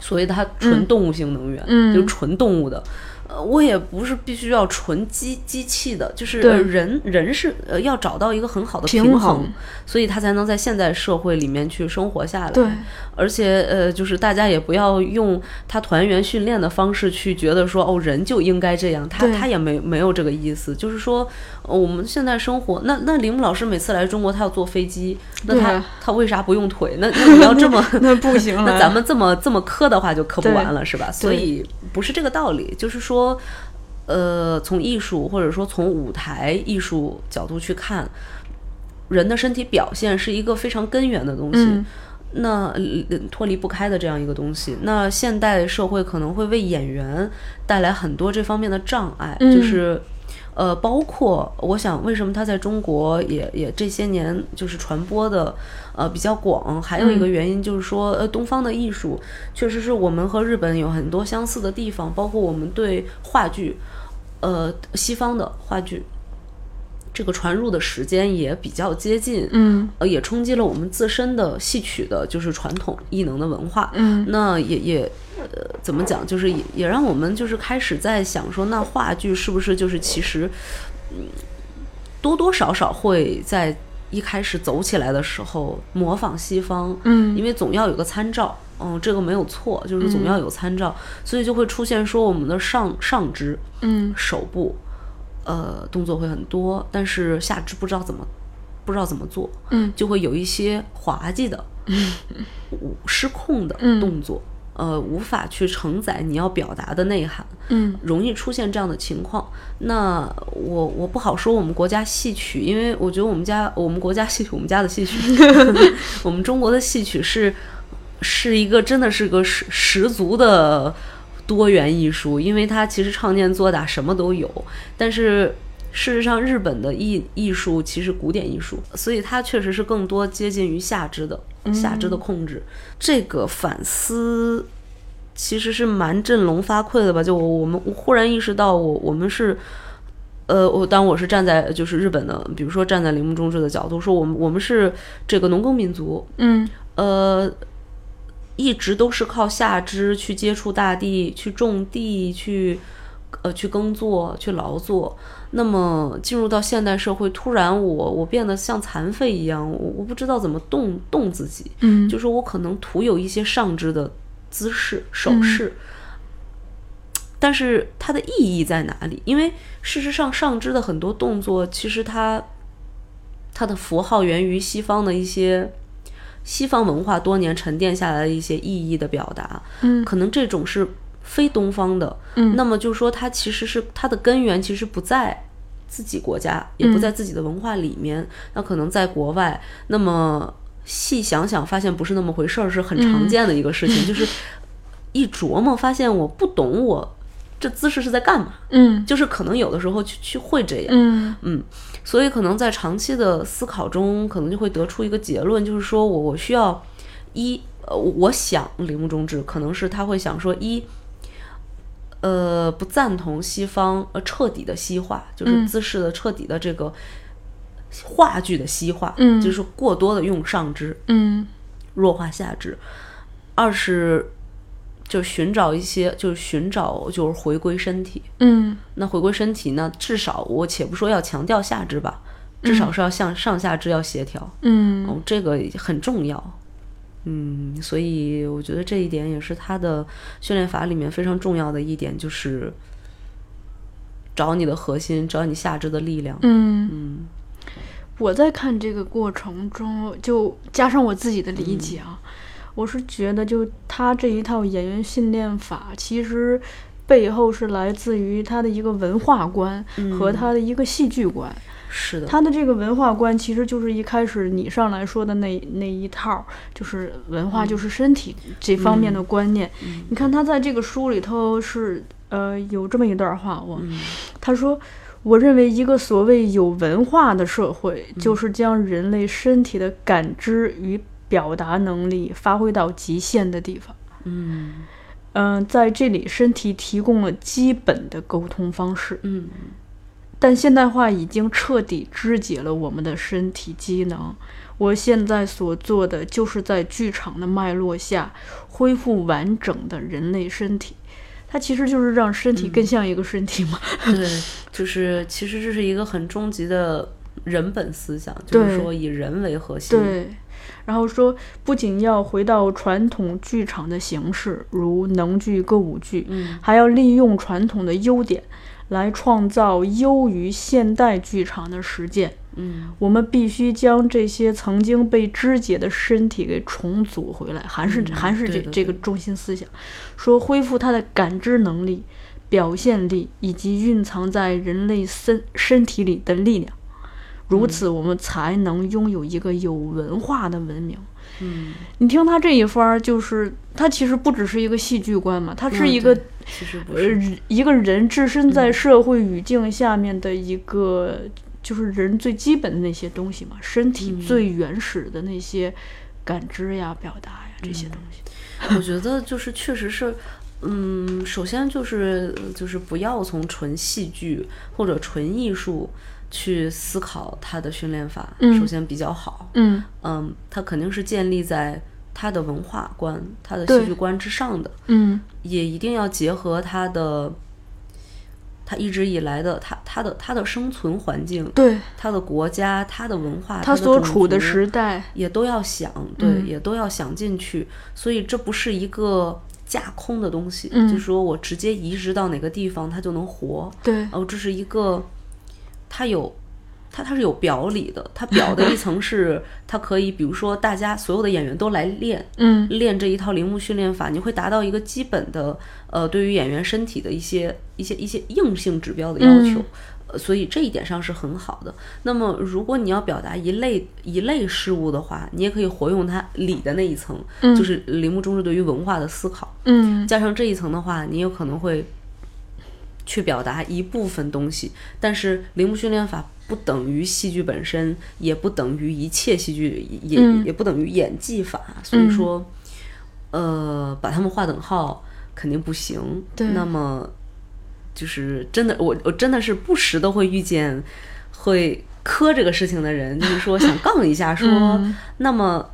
所谓的它纯动物性能源，
嗯
就是纯动物的。呃，我也不是必须要纯机机器的，就是
对
呃人人是呃要找到一个很好的
平
衡，
衡
所以他才能在现代社会里面去生活下来。
对
而且呃，就是大家也不要用他团员训练的方式去觉得说哦，人就应该这样，他
对
他也没没有这个意思。就是说，呃我们现在生活，那那林木老师每次来中国，他要坐飞机，那
对啊
他他为啥不用腿？那那你要这么
那不行
那
了
咱们这么这么磕的话，就磕不
对
完了，是吧？所以不是这个道理，就是说，呃，从艺术或者说从舞台艺术角度去看，人的身体表现是一个非常根源的东西。
嗯
那呃脱离不开的这样一个东西，那现代社会可能会为演员带来很多这方面的障碍，
嗯
就是呃，包括我想，为什么他在中国也也这些年就是传播的呃比较广，还有一
嗯
个原因就是说，呃，东方的艺术确实是我们和日本有很多相似的地方，包括我们对话剧，呃，西方的话剧。这个传入的时间也比较接近，
嗯
呃，也冲击了我们自身的戏曲的，就是传统艺能的文化。
嗯
那也也，呃，怎么讲，就是也也让我们就是开始在想说，那话剧是不是就是其实，嗯，多多少少会在一开始走起来的时候模仿西方，
嗯
因为总要有个参照，嗯，这个没有错，就是总要有参照，所以就会出现说我们的上上肢，
嗯
手部，呃，动作会很多，但是下肢不知道怎么不知道怎么做，
嗯
就会有一些滑稽的、无失控的
嗯
动作，呃，无法去承载你要表达的内涵，
嗯
容易出现这样的情况。那我我不好说我们国家戏曲，因为我觉得我们家我们国家戏曲，我们家的戏曲，我们中国的戏曲是是一个真的是个十十足的多元艺术，因为它其实唱念做打什么都有，但是。事实上，日本的艺艺术其实古典艺术，所以它确实是更多接近于下肢的，下肢的控制。这个反思其实是蛮振聋发聩的吧？就我我们我忽然意识到我，我们是。呃，我当我是站在就是日本的，比如说站在铃木忠志的角度说，我们我们是这个农耕民族，
嗯
呃，一直都是靠下肢去接触大地、去种地、去呃去耕作、去劳作。那么进入到现代社会，突然我我变得像残废一样，我我不知道怎么动动自己，
嗯，
就是我可能徒有一些上肢的姿势、手势。但是它的意义在哪里？因为事实上，上肢的很多动作，其实它它的符号源于西方的一些西方文化多年沉淀下来的一些意义的表达，
嗯
可能这种是非东方的，
嗯
那么就说它其实是它的根源其实不在自己国家，也不在自己的文化里面，那可能在国外，那么细想想发现不是那么回事儿，是很常见的一个事情，就是一琢磨发现我不懂我这姿势是在干嘛，
嗯
就是可能有的时候去去会这样，
嗯
嗯，所以可能在长期的思考中，可能就会得出一个结论，就是说我我需要一，呃，我想铃木中志可能是他会想说一，呃，不赞同西方呃彻底的西化，就是
嗯
姿势的彻底的这个话剧的西化，
嗯
就是过多的用上肢
嗯
弱化下肢；二是就寻找一些，就是寻找就是回归身体，
嗯
那回归身体呢，至少我且不说要强调下肢吧，至少是要向上下肢要协调，
嗯
哦，这个很重要。嗯，所以我觉得这一点也是他的训练法里面非常重要的一点，就是找你的核心，找你下肢的力量。
嗯，我在看这个过程中，就加上我自己的
嗯
理解啊，我是觉得就他这一套演员训练法，其实背后是来自于他的一个文化观
嗯
和他的一个戏剧观。
是的，
他的这个文化观其实就是一开始你上来说的那那一套，就是文化就是身体这方面的观念。你看他在这个书里头是呃有这么一段话，我、他说。我认为，一个所谓有文化的社会，就是将人类身体的感知与表达能力发挥到极限的地方。
嗯
嗯、在这里，身体提供了基本的沟通方式。
嗯
但现代化已经彻底肢解了我们的身体机能。我现在所做的就是在剧场的脉络下恢复完整的人类身体，它其实就是让身体更像一个身体嘛。
对，就是其实这是一个很终极的人本思想，就是
对
说以人为核 心。
对，然后说不仅要回到传统剧场的形式，如能剧、歌舞剧，
嗯
还要利用传统的优点来创造优于现代剧场的实践。
嗯
我们必须将这些曾经被肢解的身体给重组回来，还是、还是这
嗯对的
这个中心思想，说恢复它的感知能力、表现力以及蕴藏在人类身身体里的力量，
嗯
如此我们才能拥有一个有文化的文明。
嗯，
你听他这一番儿，就是他其实不只是一个戏剧观嘛，他是
嗯
一个、
对其实不
呃
是。
一个人置身在社会语境下面的一个，就是人最基本的那些东西嘛，身体最原始的那些感知呀、表达呀这些东西。
我觉得就是确实是，嗯，首先就是呃就是不要从纯戏剧或者纯艺术去思考他的训练法，
嗯
首先比较好。
嗯
嗯，它肯定是建立在他的文化观、他的
对
戏剧观之上的，
嗯
也一定要结合他的。他一直以来的他他的他的生存环境，
对
他的国家，他的文化，
他
的
所
种
处的
族
时代，
也都要想，对，
嗯
也都要想进去，所以这不是一个架空的东西，
嗯
就是说我直接移植到哪个地方它就能活，
对
哦，这是一个，它有，它它是有表里的，它表的一层是它可以，比如说大家所有的演员都来练，
嗯
练这一套铃木训练法，你会达到一个基本的呃，对于演员身体的一些一些一些硬性指标的要求。
嗯
呃所以这一点上是很好的。那么，如果你要表达一类一类事物的话，你也可以活用它里的那一层，
嗯
就是铃木中志对于文化的思考。
嗯
加上这一层的话，你有可能会去表达一部分东西，但是铃木训练法不等于戏剧本身，也不等于一切戏剧，也、
嗯
也不等于演技法。所以说，呃，把他们划等号肯定不行。
对
那么就是真的，我我真的是不时的会遇见会磕这个事情的人，就是说想杠 一下说，
嗯
那么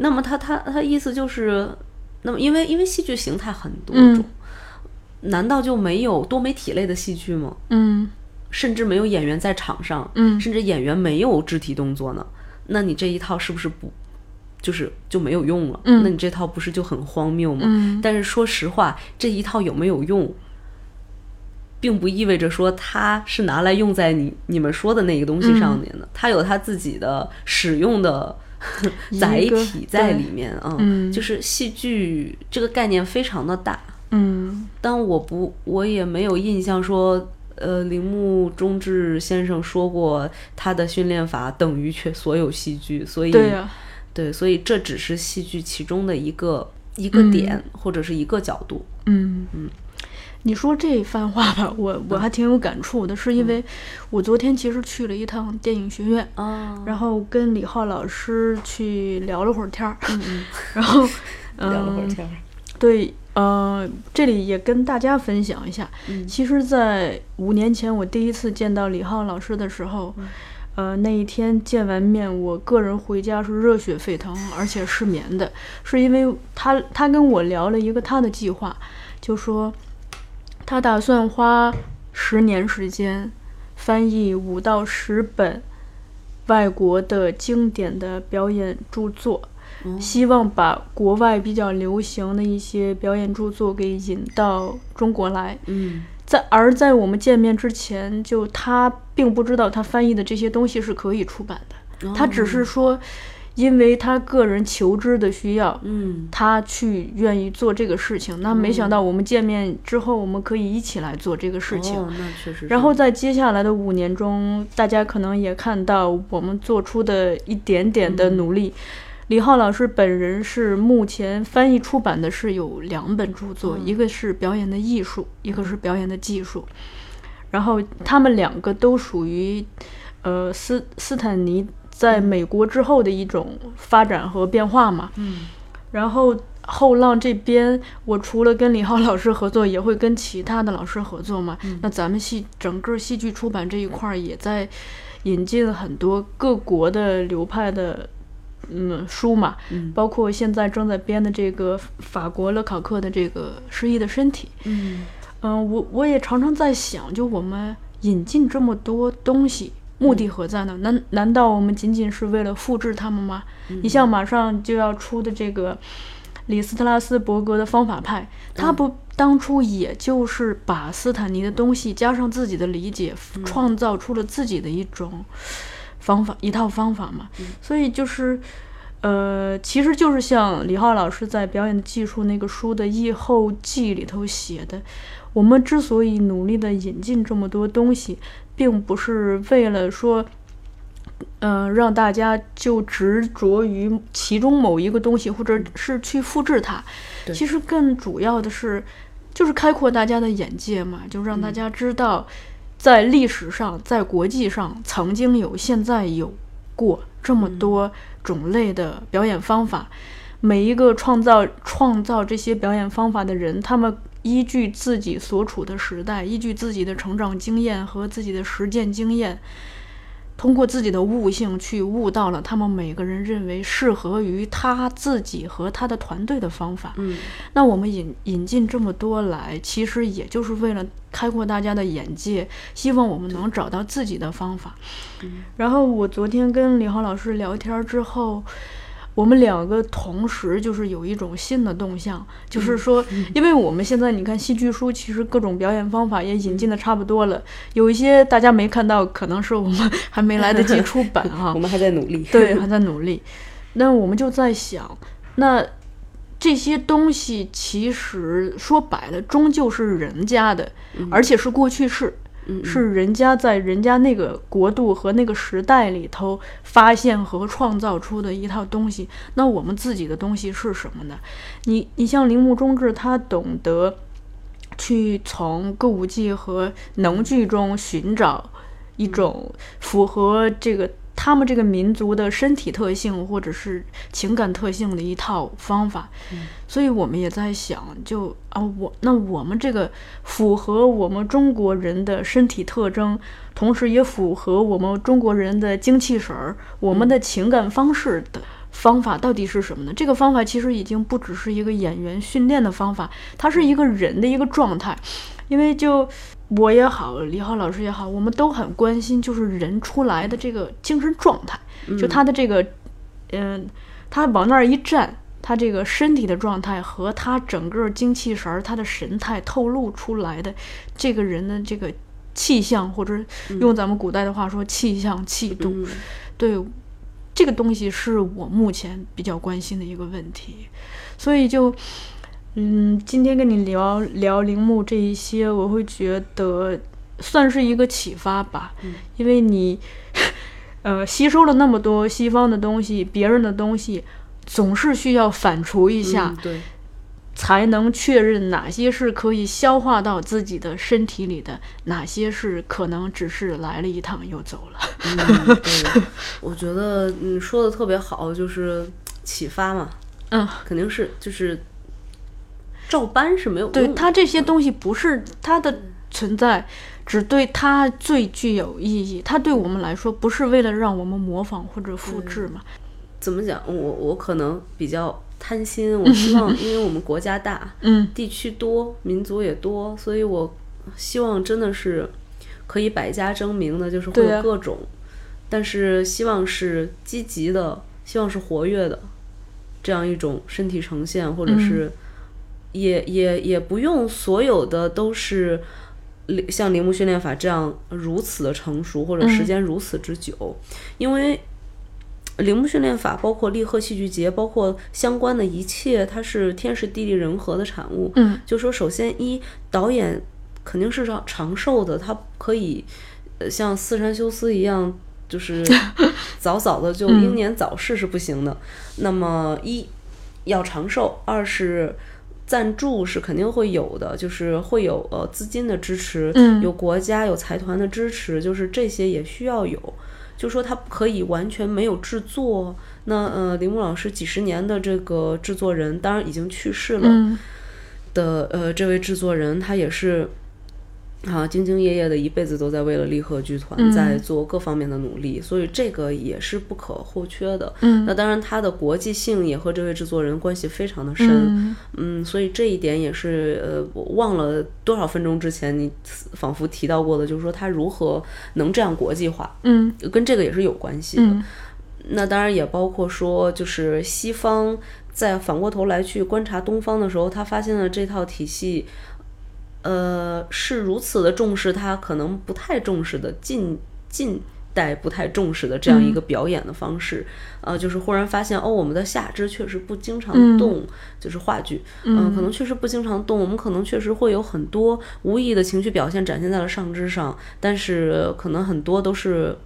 那么他他他意思就是，那么因为因为戏剧形态很多种，
嗯
难道就没有多媒体类的戏剧吗？
嗯
甚至没有演员在场上，
嗯
甚至演员没有肢体动作呢？那你这一套是不是不就是就没有用了？
嗯
那你这套不是就很荒谬吗？
嗯
但是说实话，这一套有没有用，并不意味着说它是拿来用在你你们说的那个东西上面
嗯
的，它有它自己的使 用的载
个
体在
对
里面啊。
嗯
就是戏剧这个概念非常的大，
嗯
但我不，我也没有印象说。呃，铃木忠志先生说过，他的训练法等于全所有戏剧，所以
对呀、
对，所以这只是戏剧其中的一个一个
嗯
点、或者是一个角度。
嗯，你说这番话吧，我我还挺有感触的，是因为我昨天其实去了一趟电影学院，
哦，
然后跟李浩老师去聊了会儿天儿， 然后
聊了会儿天儿。
对，呃，这里也跟大家分享一下，其实，在五年前我第一次见到李浩老师的时候，呃，那一天见完面，我个人回家是热血沸腾，而且失眠的，是因为他他跟我聊了一个他的计划，就说他打算花十年时间翻译五到十本外国的经典的表演著作。
哦
希望把国外比较流行的一些表演著作给引到中国来。
嗯
在而在我们见面之前，就他并不知道他翻译的这些东西是可以出版
哦
的，他只是说，因为他个人求知的需要。
嗯
他去愿意做这个事情，那没想到我们见面之后，我们可以一起来做这个事情。
哦，那确实是。
然后在接下来的五年中，大家可能也看到我们做出的一点点
嗯
的努力。李浩老师本人是目前翻译出版的是有两本著作，
嗯
一个是表演的艺术，一个是表演的技术。然后他们两个都属于，呃，斯斯坦尼在美国之后的一种发展和变化嘛。
嗯
然后后浪这边，我除了跟李浩老师合作，也会跟其他的老师合作嘛。那咱们戏整个戏剧出版这一块儿也在引进很多各国的流派的。嗯，书嘛，
嗯
包括现在正在编的这个法国勒考克的这个《失忆的身体》，
嗯
嗯，我我也常常在想，就我们引进这么多东西，目的何在呢？难难道我们仅仅是为了复制它们吗？你像马上就要出的这个里斯特拉斯伯格的方法派，他不当初也就是把斯坦尼的东西加上自己的理解，创造出了自己的一种方法，一套方法嘛。所以就是。呃，其实就是像李浩老师在《表演技术》那个书的译后记里头写的，我们之所以努力的引进这么多东西，并不是为了说，嗯、让大家就执着于其中某一个东西，或者是去复制它。
对
其实更主要的是，就是开阔大家的眼界嘛，就让大家知道，在历史上，在国际上曾经有，现在有过这么多种类的表演方法。每一个创造创造这些表演方法的人，他们依据自己所处的时代，依据自己的成长经验和自己的实践经验，通过自己的悟性去悟到了他们每个人认为适合于他自己和他的团队的方法。
嗯
那我们引引进这么多来，其实也就是为了开阔大家的眼界，希望我们能找到自己的方法。然后我昨天跟李浩老师聊天儿之后，我们两个同时就是有一种新的动向，就是说，因为我们现在你看戏剧书，其实各种表演方法也引进的差不多了，有一些大家没看到，可能是我们 还没来得及出版啊哈、
我们还在努力。 嗯
对，还在努力。那我们就在想，那这些东西其实说白了，终究是人家的，而且是过去式，
嗯嗯，嗯
是人家在人家那个国度和那个时代里头发现和创造出的一套东西。那我们自己的东西是什么呢？你你像铃木忠志，他懂得去从歌舞伎和能剧中寻找。一种符合这个他们这个民族的身体特性或者是情感特性的一套方法。所以我们也在想，就啊，我那我们这个符合我们中国人的身体特征，同时也符合我们中国人的精气神儿，我们的情感方式的。方法到底是什么呢？这个方法其实已经不只是一个演员训练的方法，它是一个人的一个状态。因为就我也好，李浩老师也好，我们都很关心，就是人出来的这个精神状态，就他的这个，嗯、他往那儿一站，他这个身体的状态和他整个精气神儿、他的神态透露出来的这个人的这个气象，或者用咱们古代的话说，气象气度，对这个东西是我目前比较关心的一个问题，所以就。嗯，今天跟你聊聊铃木这一些，我会觉得算是一个启发吧，因为你，呃，吸收了那么多西方的东西、别人的东西，总是需要反刍一下，
嗯对，
才能确认哪些是可以消化到自己的身体里的，哪些是可能只是来了一趟又走了。
嗯对，我觉得你说的特别好，就是启发嘛，
嗯，
肯定是就是照搬是没有用的
对它这些东西不是它的存在，只对它最具有意义。它对我们来说不是为了让我们模仿或者复制嘛？
怎么讲？我我可能比较贪心，我 希望因为我们国家大，
嗯，
地区多，民族也多，所以我希望真的是可以百家争鸣的，就是会
对
有
啊
各种，但是希望是积极的，希望是活跃的，这样一种身体呈现，或者
嗯
是也、也也不用所有的都是。像铃木训练法这样如此的成熟，或者
嗯
时间如此之久，因为铃木训练法，包括立贺戏剧节，包括相关的一切，它是天时地利人和的产物。
嗯，
就说首先一导演肯定是长长寿的，他可以呃像四山修斯一样，就是 早早的就
嗯
英年早逝是不行的。那么一要长寿，二是。赞助是肯定会有的，就是会有呃资金的支持，
嗯
有国家有财团的支持，就是这些也需要有。就说它不可以完全没有制作。那呃，铃木老师几十年的这个制作人，当然已经去世了
嗯
的、呃，这位制作人他也是。啊，兢兢业业的一辈子都在为了利和剧团
嗯
在做各方面的努力，所以这个也是不可或缺的。
嗯
那当然，他的国际性也和这位制作人关系非常的深。
嗯
嗯，所以这一点也是呃，我忘了多少分钟之前你仿佛提到过的，就是说他如何能这样国际化，
嗯
跟这个也是有关系的。
嗯
那当然也包括说，就是西方在反过头来去观察东方的时候，他发现了这套体系，呃，是如此的重视他可能不太重视的近近代不太重视的这样一个表演的方式，呃，就是忽然发现哦，我们的下肢确实不经常
嗯
动，就是话剧，嗯，可能确实不经常动，我们可能确实会有很多无意义的情绪表现展现在了上肢上，但是可能很多都是。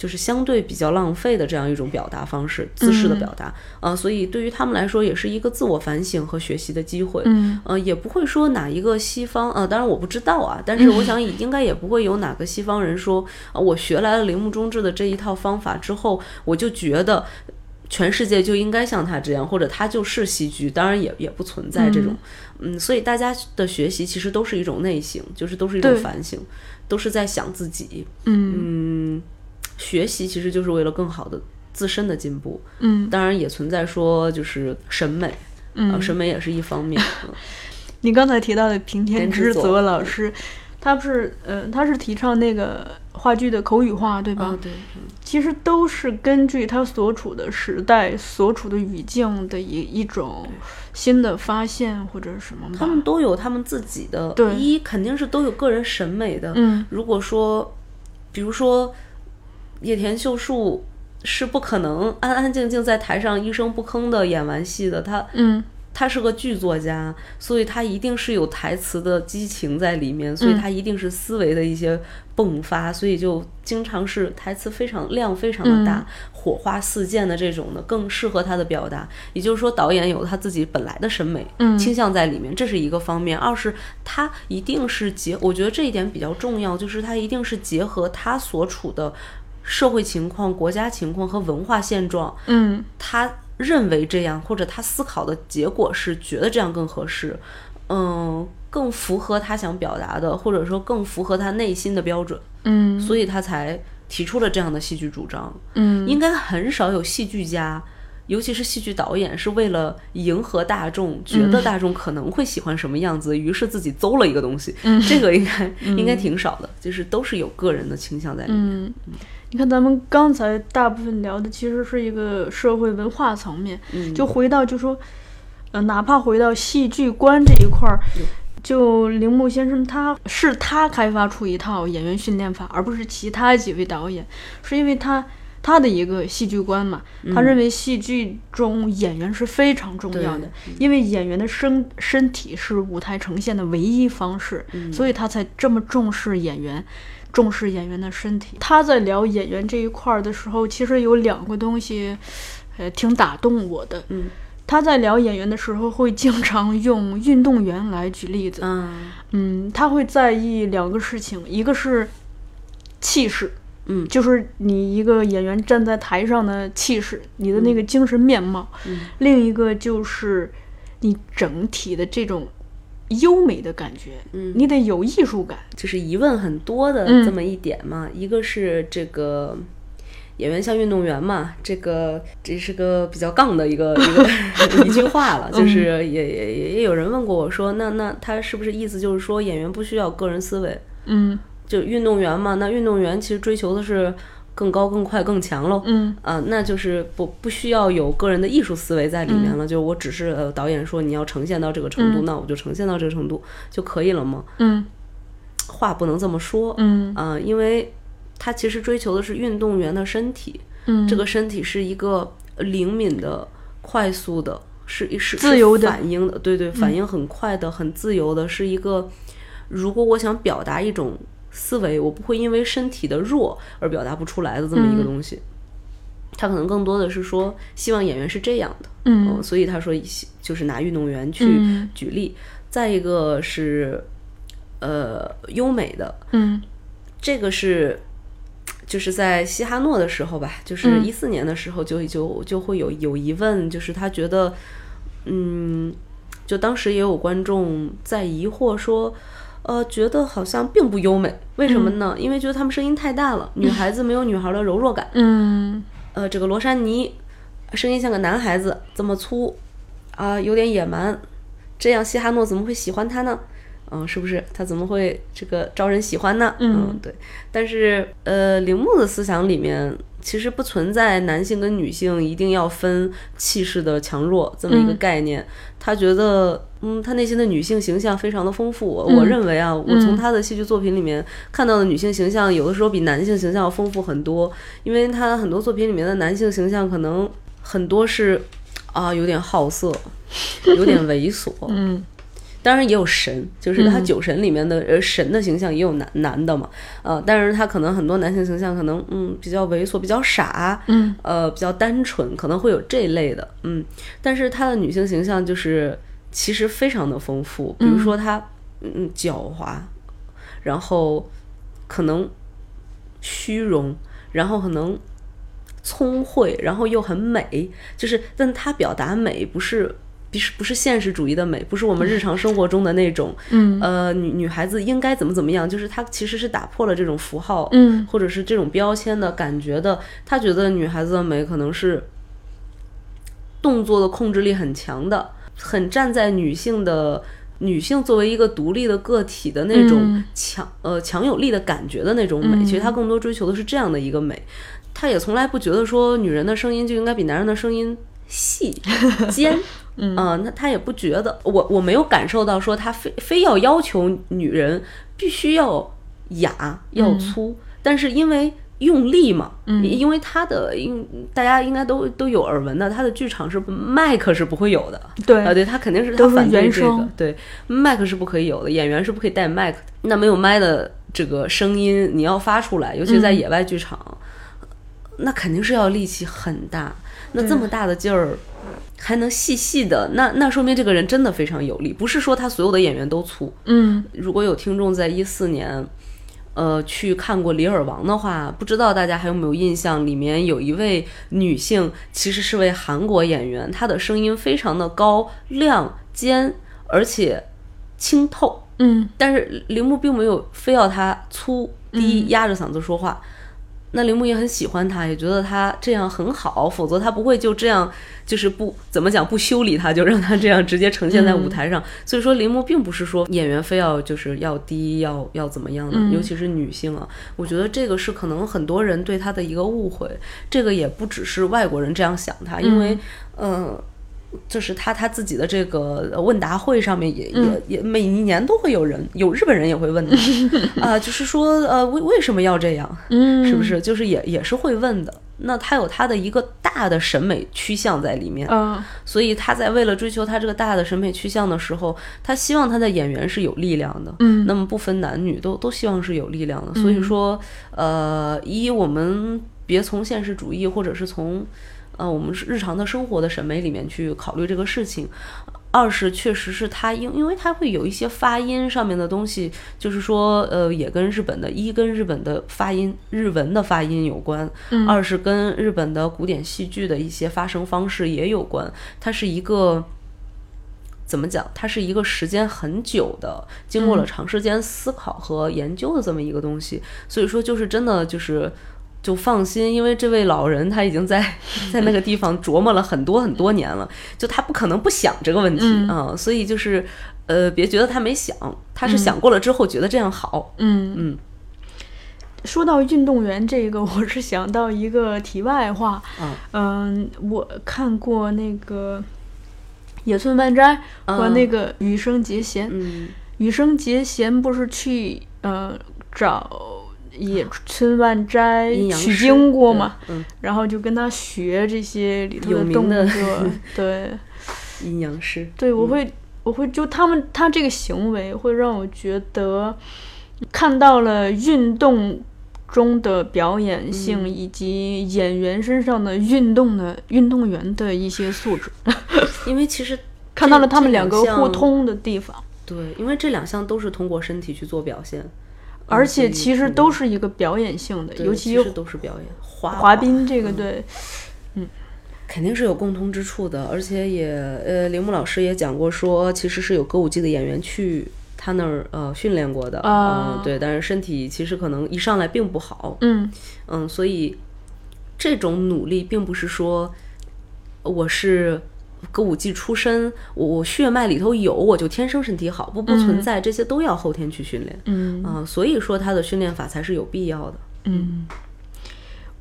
就是相对比较浪费的这样一种表达方式，姿势的
嗯
表达，啊，所以对于他们来说也是一个自我反省和学习的机会，
嗯
呃，也不会说哪一个西方，呃，当然我不知道啊，但是 我想也应该也不会有哪个西方人说，啊我学来了铃木中志的这一套方法之后，我就觉得全世界就应该像他这样，或者他就是戏剧，当然也也不存在这种，嗯所以大家的学习其实都是一种内省，就是都是一种
对
反省，都是在想自己，
嗯
嗯，学习其实就是为了更好的自身的进步，
嗯
当然也存在说就是审美，啊、
嗯。
审美也是一方面，嗯
你刚才提到的平田
田
之
之泽
泽老师，他不是呃，他是提倡那个话剧的口语化，哦对吧？
啊、对，
其实都是根据他所处的时代、所处的语境的一一种新的发现或者什么吧。
他们都有他们自己的，
对
一肯定是都有个人审美的。
嗯
如果说，比如说野田秀树是不可能安安静静在台上一声不吭的演完戏的，他
嗯
他是个剧作家，所以他一定是有台词的激情在里面，所以他一定是思维的一些迸发，所以就经常是台词非常量非常的大，火花四溅的这种的更适合他的表达。也就是说，导演有他自己本来的审美倾向在里面，这是一个方面。二是他一定是结，我觉得这一点比较重要，就是他一定是结合他所处的。社会情况、国家情况和文化现状，
嗯，
他认为这样，或者他思考的结果是觉得这样更合适，嗯，更符合他想表达的，或者说更符合他内心的标准，
嗯
所以他才提出了这样的戏剧主张。
嗯
应该很少有戏剧家，尤其是戏剧导演，是为了迎合大众，觉
嗯
得大众可能会喜欢什么样子，于是自己邹了一个东西。
嗯
这个应该应该挺少的，就是都是有个人的倾向在里面。
嗯，你看咱们刚才大部分聊的其实是一个社会文化层面，
嗯
就回到就说，呃，哪怕回到戏剧观这一块儿，就铃木先生他是他开发出一套演员训练法，而不是其他几位导演，是因为他。他的一个戏剧观嘛，他认为戏剧中演员是非常重要的，因为演员的身身体是舞台呈现的唯一方式，所以他才这么重视演员。重视演员的身体。他在聊演员这一块儿的时候，其实有两个东西，呃，挺打动我的。
嗯，
他在聊演员的时候，会经常用运动员来举例子。
嗯
嗯，他会在意两个事情，一个是气势，
嗯
就是你一个演员站在台上的气势，你的那个精神面貌；
嗯
另一个就是你整体的这种优美的感觉，
嗯
你得有艺术感。
就是疑问很多的
嗯
这么一点嘛。一个是这个演员像运动员嘛，这个这是个比较杠的一个一 个一句话了。就是
嗯
也也也也有人问过我说，那那他是不是意思就是说演员不需要个人思维？
嗯
就运动员嘛，那运动员其实追求的是更高、更快、更强喽。
嗯
啊，那就是不不需要有个人的艺术思维在里面了，就是我只是呃导演说你要呈现到这个程度，
嗯
那我就呈现到这个程度就可以了嘛。
嗯
话不能这么说，
嗯
啊、因为他其实追求的是运动员的身体，
嗯，
这个身体是一个灵敏的、快速的，是是
自由
是
的嗯
反应的，对对，反应很快的、很自由的，是一个。如果我想表达一种思维，我不会因为身体的弱而表达不出来的这么一个
嗯
东西。他可能更多的是说，希望演员是这样的，哦
嗯
所以他说一些就是拿运动员去
嗯
举例。再一个是，呃，优美的，
嗯
这个是。就是在西哈诺的时候吧，就是
嗯
一四年的时候就就就会有有疑问，就是他觉得，嗯，就当时也有观众在疑惑说，呃，觉得好像并不优美，为什么呢？因为觉得他们声音太大了，女孩子没有女孩的柔弱感，
嗯
呃，这个罗珊妮声音像个男孩子，这么粗，啊、有点野蛮，这样西哈诺怎么会喜欢他呢？嗯、是不是他怎么会这个招人喜欢呢？
嗯
对。但是呃，铃木的思想里面其实不存在男性跟女性一定要分气势的强弱这么一个
嗯
概念。他觉得，嗯，他内心的女性形象非常的丰富。我、我
嗯
认为啊，我从他的戏剧作品里面看到的女性形象，有的时候比男性形象要丰富很多。因为他很多作品里面的男性形象，可能很多是啊，有点好色，有点猥琐，
嗯
当然也有神，就是他酒神里面的、呃神的形象也有男男的嘛，呃，但是他可能很多男性形象可能嗯比较猥琐，比较傻，
嗯
呃比较单纯，可能会有这一类的，嗯，但是他的女性形象就是其实非常的丰富，比如说他嗯嗯狡猾，然后可能虚荣，然后可能聪慧，然后又很美，就是但他表达美不是。不是不是现实主义的美，不是我们日常生活中的那种，
嗯
呃，女女孩子应该怎么怎么样，就是她其实是打破了这种符号，
嗯
或者是这种标签的感觉的。她觉得女孩子的美可能是动作的控制力很强的，很站在女性的女性作为一个独立的个体的那种
嗯
强、呃强有力的感觉的那种美。其实她更多追求的是这样的一个美，她也从来不觉得说女人的声音就应该比男人的声音细 尖。嗯那她也不觉得，我我没有感受到说她非非要要求女人必须要雅要粗，但是因为用力嘛，因为他的应大家应该都都有耳闻的，他的剧场是麦克是不会有的，
对
啊，对他肯定是
都
他
是
反对
原
这个
声，
对，麦克是不可以有的，演员是不可以带麦克的，那没有麦的这个声音你要发出来，尤其是在
嗯
野外剧场，那肯定是要力气很大，那这么大的劲儿。还能细细的，那那说明这个人真的非常有力，不是说他所有的演员都粗，
嗯，
如果有听众在一四年，呃，去看过《里尔王》的话，不知道大家还有没有印象？里面有一位女性，其实是位韩国演员，她的声音非常的高亮尖，而且清透。
嗯，
但是铃木并没有非要她粗低压着嗓子说话。那铃木也很喜欢她，也觉得她这样很好，否则她不会就这样，就是不怎么讲不修理她，就让她这样直接呈现在舞台上。所以说，铃木并不是说演员非要就是要低要要怎么样的，尤其是女性啊，我觉得这个是可能很多人对她的一个误会。这个也不只是外国人这样想她，因为，呃。就是他他自己的这个呃问答会上面也、也也每一年都会有人有日本人也会问他啊、就是说呃为为什么要这样？
嗯
是不是？就是也也是会问的。那他有他的一个大的审美趋向在里面，
哦呃
嗯
所以他在为了追求他这个大的审美趋向的时候，他希望他的演员是有力量的，
嗯
那么不分男女都都希望是有力量的。所以说，呃，一我们别从现实主义或者是从呃我们是日常的生活的审美里面去考虑这个事情。二是确实是他因因为他会有一些发音上面的东西，就是说呃也跟日本的一跟日本的发音日文的发音有关，
嗯
二是跟日本的古典戏剧的一些发声方式也有关。它是一个怎么讲？它是一个时间很久的，经过了
嗯
长时间思考和研究的这么一个东西。所以说，就是真的就是。就放心，因为这位老人他已经在在那个地方琢磨了很多很多年了，就他不可能不想这个问题
嗯
啊、所以就是，呃，别觉得他没想，他
嗯
是想过了之后觉得这样好，
嗯
嗯
说到运动员这个， 我是想到一个题外话，
嗯
嗯，我看过那个野村万斋和那个羽生结弦，
嗯
羽生结弦不是去呃找野村万斋
阴阳
取
师
经过嘛，
嗯，
然后就跟他学这些里头
有
的
名
动
的
作，对
阴阳师，
对，我会我会就他们他这个行为会让我觉得看到了运动。中的表
嗯
演性以及演员身上的运动的运动员的一些素质，
因为其实
看到了他们两个
这嗯
互
项
通的地方，
对，因为这两项都是通过身体去做表现，
而且其实都
是，
是一个表演性的，
对
尤
其实都是嗯表演。滑
滑冰这个对，
肯定是有共通之处的，而且也呃，铃木老师也讲过说，其实是有歌舞伎的演员去他那儿呃训练过的，
啊
嗯对，但是身体其实可能一上来并不好，
嗯
嗯，所以这种努力并不是说我是歌舞伎出身，我我血脉里头有，我就天生身体好，不不存在，这些都要后天去训练，
嗯
啊、所以说他的训练法才是有必要的。
嗯，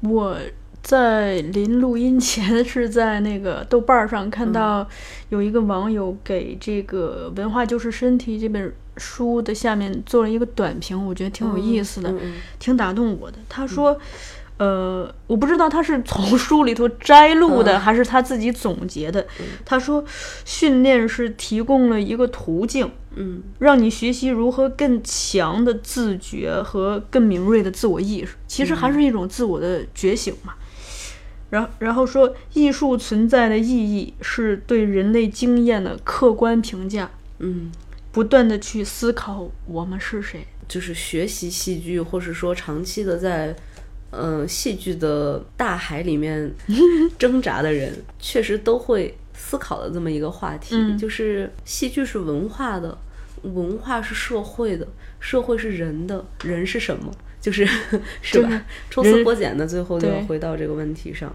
我在临录音前是在那个豆瓣儿上看
嗯
到有一个网友给这个《文化就是身体》这本书的下面做了一个短评，我觉得挺有意思的，
嗯嗯
挺打动我的。他说。呃，我不知道他是从书里头摘录
嗯
的，还是他自己总结的。他说，训练是提供了一个途径，
嗯
让你学习如何更强的自觉和更敏锐的自我意识，其实还是一种自我的觉醒嘛。然后，然后说，艺术存在的意义是对人类经验的客观评价，
嗯，
不断的去思考我们是谁。
就是学习戏剧，或是说长期的在，嗯、戏剧的大海 里面挣扎的人，确实都会思考的这么一个话题，
嗯
就是戏剧是文化的，文化是社会的，社会是人的，人是什么？就是 是吧？抽丝
人
剥茧的，最后就要
对
回到这个问题上。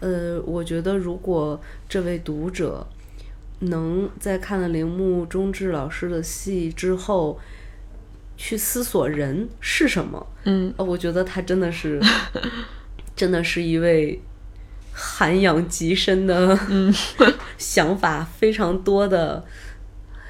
呃，我觉得如果这位读者能在看了铃木中志老师的戏之后，去思索人是什么，
嗯，
呃，我觉得他真的是，真的是一位涵养极深的、想法非常多的。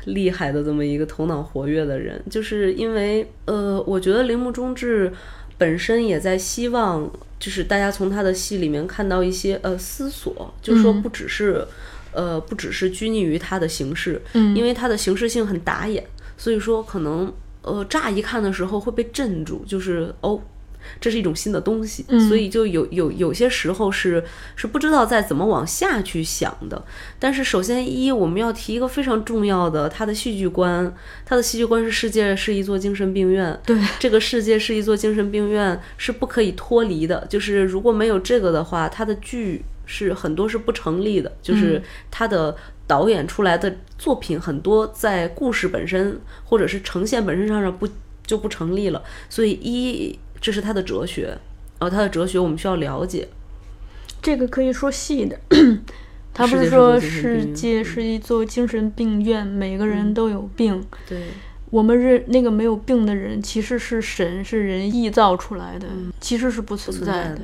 厉害的这么一个头脑活跃的人，就是因为呃，我觉得铃木中志本身也在希望，就是大家从他的戏里面看到一些呃思索，就是说不只是、呃不只是拘泥于他的形式，
嗯
因为他的形式性很打眼，所以说可能呃乍一看的时候会被镇住，就是哦。这是一种新的东西，所以就有有有些时候是是不知道再怎么往下去想的。但是首先一，我们要提一个非常重要的，他的戏剧观，他的戏剧观是世界是一座精神病院，
对，
这个世界是一座精神病院，是不可以脱离的。就是如果没有这个的话，他的剧是很多是不成立的，
嗯
就是他的。导演出来的作品很多在故事本身或者是呈现本身上上不就不成立了，所以一这是他的哲学，然后他的哲学我们需要了解，
这个可以说细一点。他
世
不
界
是说世
是一座精神病
界
院
是一座精神病院，每个人都有病。
对，
我们认那个没有病的人，其实是神，是人臆造出来的，其实是不存
嗯存在
在
的。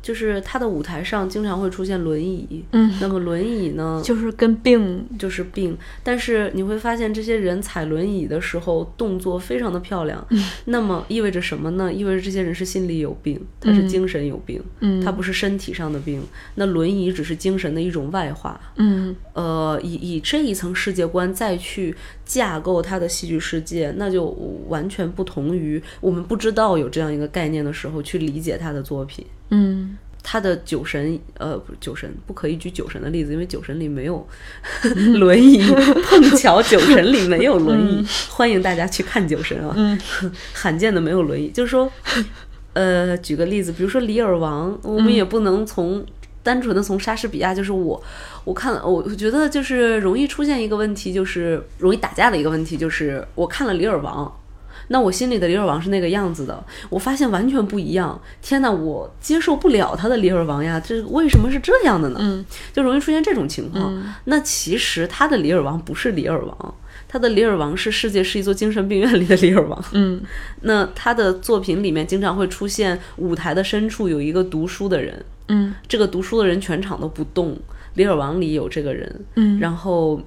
就是他的舞台上经常会出现轮椅，
嗯
那么轮椅呢，
就是跟病
就是病，但是你会发现这些人踩轮椅的时候动作非常的漂亮，那么意味着什么呢？意味着这些人是心里有病，他是精神有病，
嗯
他不是身体上的病，那轮椅只是精神的一种外化，
嗯
呃，以以这一层世界观再去架构他的戏剧世界，那就完全不同于我们不知道有这样一个概念的时候去理解他的作品。
嗯
他的酒神，呃，不是酒神不可以举酒神的例子，因为酒神里没有 轮椅，碰巧酒神里没有轮椅，欢迎大家去看酒神啊， 罕见的没有轮椅，就是说，呃，举个例子，比如说《李尔王》，我们也不能从、单纯的从莎士比亚，就是我，我看了我我觉得就是容易出现一个问题，就是容易打架的一个问题，就是我看了《李尔王》。那我心里的李尔王是那个样子的，我发现完全不一样。天呐，我接受不了他的李尔王呀，这为什么是这样的呢？
嗯，
就容易出现这种情况。那其实他的李尔王不是李尔王，他的李尔王是世界是一座精神病院里的李尔王。
嗯
那他的作品里面经常会出现舞台的深处有一个读书的人，
嗯
这个读书的人全场都不动。李尔王里有这个人，
嗯，
然后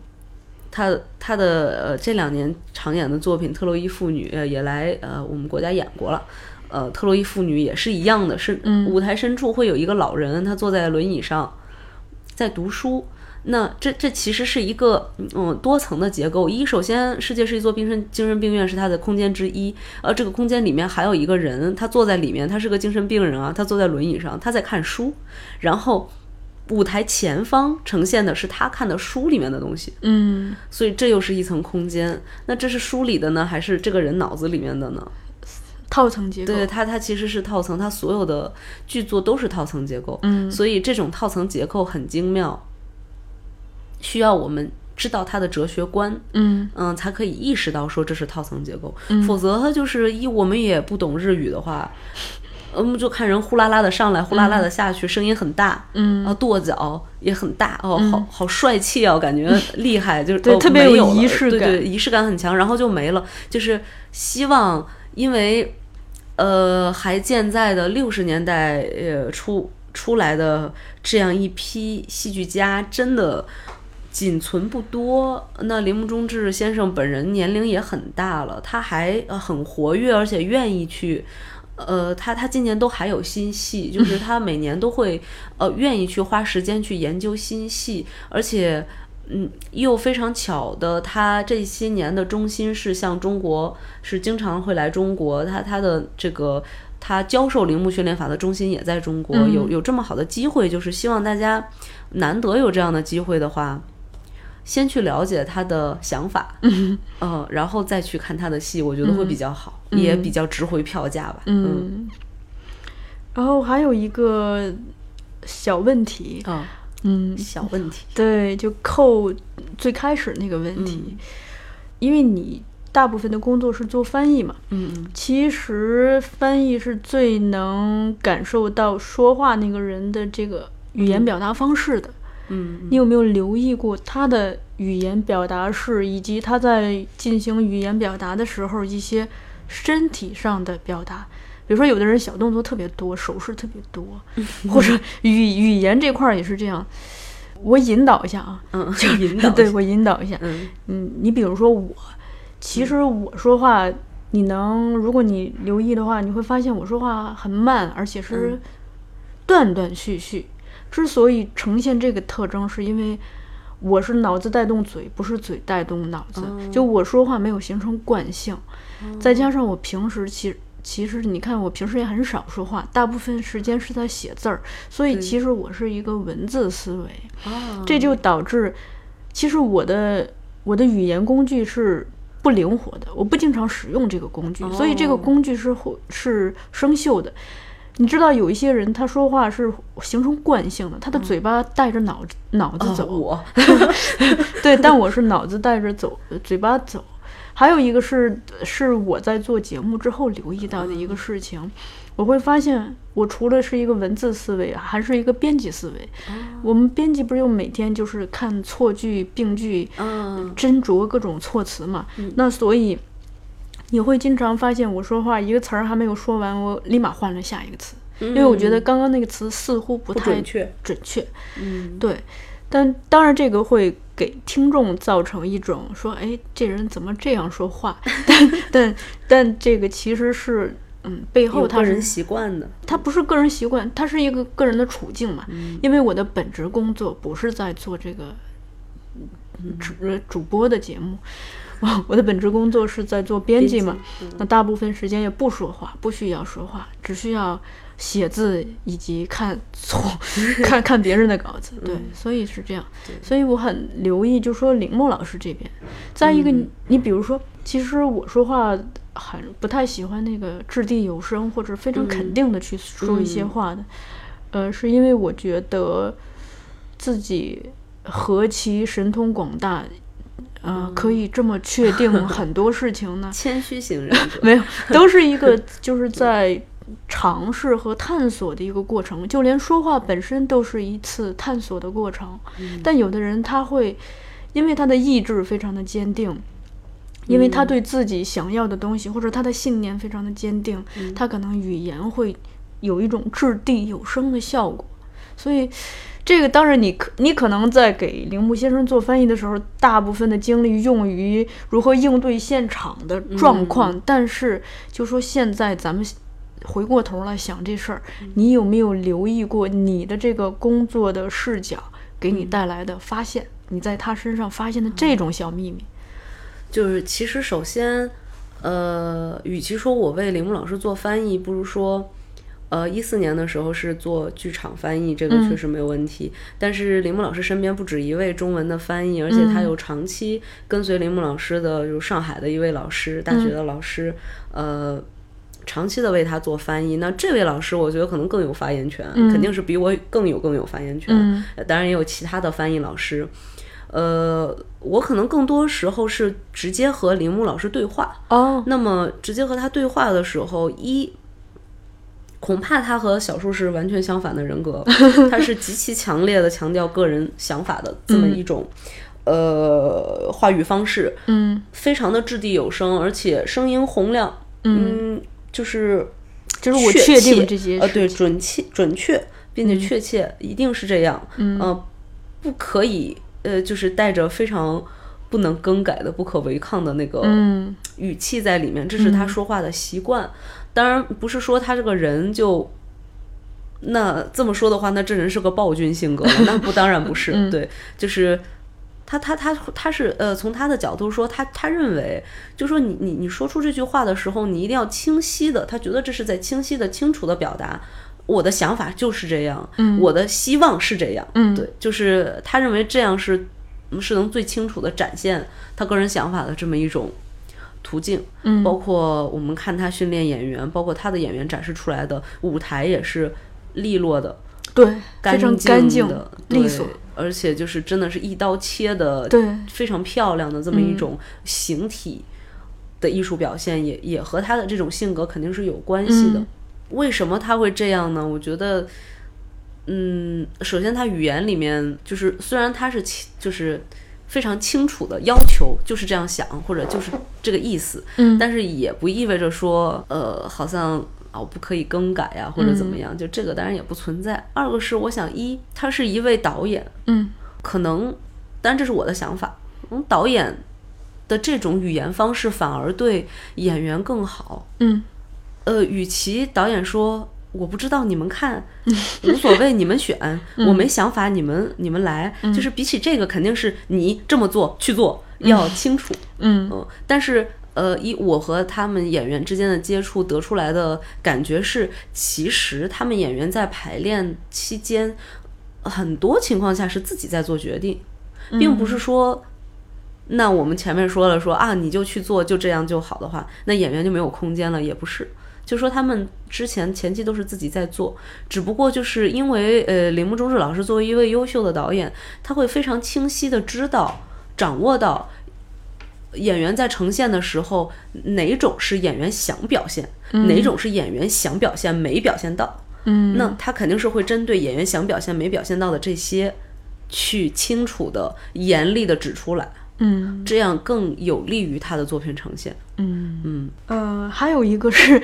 他他的呃这两年常演的作品《特洛伊妇女》呃也来呃我们国家演过了。呃，特洛伊妇女也是一样的，是、
嗯
舞台深处会有一个老人，他坐在轮椅上，在读书。那这这其实是一个嗯多层的结构。一，首先，世界是一座精神精神病院，是它的空间之一。而这个空间里面还有一个人，他坐在里面，他是个精神病人啊，他坐在轮椅上，他在看书。然后，舞台前方呈现的是他看的书里面的东西，
嗯
所以这又是一层空间。那这是书里的呢，还是这个人脑子里面的呢？
套层结构，
对它，它其实是套层，它所有的剧作都是套层结构，
嗯
所以这种套层结构很精妙，需要我们知道它的哲学观，
嗯
嗯，才可以意识到说这是套层结构，否则它就是一我们也不懂日语的话，呃我们就看人呼啦啦的上来，呼啦啦的下去，声音很大，
嗯
啊，跺脚也很大，哦，好好帅气 啊，感觉厉害，就是
对
哦
特别
没
有
有了
仪式
对对，
感
仪式感很强，然后就没了，就是希望因为呃还健在的六十年代呃出出来的这样一批戏剧家，真的仅存不多。那铃木忠志先生本人年龄也很大了，他还呃很活跃，而且愿意去。呃，他他今年都还有新戏，就是他每年都会，呃，愿意去花时间去研究新戏，而且，嗯，又非常巧的，他这些年的中心是向中国，是经常会来中国，他他的这个他教授铃木训练法的中心也在中国，有有这么好的机会，就是希望大家难得有这样的机会的话，先去了解他的想法，嗯、呃，然后再去看他的戏，我觉得会比较好，也比较值回票价吧。嗯，
嗯，然后还有一个小问题，
啊、
嗯，
小问题，
对，就扣最开始那个问题，
嗯
因为你大部分的工作是做翻译嘛，
嗯嗯
其实翻译是最能感受到说话那个人的这个语言表达方式的。
嗯嗯，
你有没有留意过他的语言表达式，以及他在进行语言表达的时候一些身体上的表达？比如说，有的人小动作特别多，手势特别多，或 者语语言这块儿也是这样。我引导一下啊，
嗯，就 引导
对我引导一下，
嗯
嗯，你比如说我，其实我说话你能，如果你留意的话，你会发现我说话很慢，而且是
嗯
断断续续。之所以呈现这个特征，是因为我是脑子带动嘴，不是嘴带动脑子。
哦
就我说话没有形成惯性，再加上我平时其其实你看我平时也很少说话，大部分时间是在写字儿，所以其实我是一个文字思维。
啊，
这就导致，其实我的我的语言工具是不灵活的，我不经常使用这个工具，所以这个
哦
工具是会是生锈的。你知道有一些人他说话是形成惯性的，他的嘴巴带着脑子、脑子
嗯哦
走，
我
对，但我是脑子带着走，呃嘴巴走。还有一个是是我在做节目之后留意到的一个事情，我会发现我除了是一个文字思维，还是一个编辑思维。我们编辑不是又每天就是看错句、病句，
嗯
斟酌各种措辞嘛。那所以你会经常发现，我说话一个词儿还没有说完，我立马换了下一个词，
嗯
因为我觉得刚刚那个词似乎不太
准确
准确。
嗯
对，但当然这个会给听众造成一种说，哎，这人怎么这样说话？ 但但但这个其实是，嗯，背后
有
他
个
是
人习惯的，
它不是个人习惯，它是一个个人的处境嘛。因为我的本职工作不是在做这个主、呃主播的节目， 我我的本职工作是在做编辑嗯嘛。那大部分时间也不说话，不需要说话，只需要写字以及看错 看看别人的稿子。对，所以是这样。所以我很留意，就说铃木老师这边。再一个，你你比如说，其实我说话很不太喜欢那个掷地有声或者非常肯定的去说一些话的，呃，是因为我觉得自己何其神通广大，呃，可以这么确定很多事情呢？
谦虚型人格，
没有，都是一个就是在尝试和探索的一个过程，就连说话本身都是一次探索的过程。但有的人他会，因为他的意志非常的坚定。因为他对自己想要的东西，或者他的信念非常的坚定，他可能语言会有一种掷地有声的效果。所以，这个当然你可你可能在给铃木先生做翻译的时候，大部分的精力用于如何应对现场的
嗯
状况，但是就说现在咱们回过头来想这事儿，
嗯
你有没有留意过你的这个工作的视角给
嗯
你带来的发现？你在他身上发现的
哦
这种小秘密，
就是其实首先，呃，与其说我为铃木老师做翻译，不如说，呃，一四年的时候是做剧场翻译，这个确实没有问题。但是铃木老师身边不止一位中文的翻译，而且他有长期跟随铃木老师的，就是上海的一位老师，大学的老师，呃。长期的为他做翻译，那这位老师我觉得可能更有发言权，肯定是比我更有更有发言权。
嗯
呃当然也有其他的翻译老师，呃，我可能更多时候是直接和铃木老师对话。
哦，
那么直接和他对话的时候，一恐怕他和小树是完全相反的人 格，他是极其强烈的强调个人想法的这么一种、呃话语方式，
嗯，
非常的掷地有声，而且声音洪亮，嗯就是
就是我
确
确定
切
这些嗯
呃，对，准确、准确，并且确切，一定是这样。嗯、呃，不可以，呃，就是带着非常不能更改的、不可违抗的那个
嗯
语气在里面，这是他说话的习惯。当然，不是说他这个人就。那这么说的话，那这人是个暴君性格了，那不当然 不是，
嗯
对，就是他他他他是呃，从他的角度说，他他认为，就说你你你说出这句话的时候，你一定要清晰的，他觉得这是在清晰的、清楚的表达我的想法就是这样，嗯、我的希望是这样，
嗯
对，就是他认为这样是嗯是能最清楚的展现他个人想法的这么一种途径，
嗯
包括我们看他训练演员，包括他的演员展示出来的舞台也是利落的，
对，非常干
净
净
的、
利索
对，而且就是真的是一刀切的，
对嗯
非常漂亮的这么一种形体的艺术表现，也也和他的这种性格肯定是有关系的。
嗯
为什么他会这样呢？我觉得，嗯，首先他语言里面就是虽然他是清就是。非常清楚的要求就是这样想，或者就是这个意思，
嗯
但是也不意味着说，呃，好像啊、我不可以更改呀、或者怎么
嗯
样，就这个当然也不存在。二个是，我想一，他是一位导演，
嗯
可能，当然这是我的想法，嗯，导演的这种语言方式反而对演员更好。
嗯，
呃，与其导演说我不知道你们看，无所谓你们选，我没想法，你们你们来，就是比起这个，肯定是你这么做去做要清楚。
嗯
嗯，但是呃，以我和他们演员之间的接触得出来的感觉是，其实他们演员在排练期间，很多情况下是自己在做决定，并不是说。那我们前面说了说啊，你就去做，就这样就好的话，那演员就没有空间了，也不是。就说他们之前前期都是自己在做，只不过就是因为呃，铃木忠志老师作为一位优秀的导演，他会非常清晰的知道、掌握到演员在呈现的时候，哪种是演员想表现，哪种是演员想表现没表现到。
嗯，
那他肯定是会针对演员想表现没表现到的这些，去清楚的、严厉的指出来，
嗯
这样更有利于他的作品呈 现。
嗯
嗯
呃，还有一个是，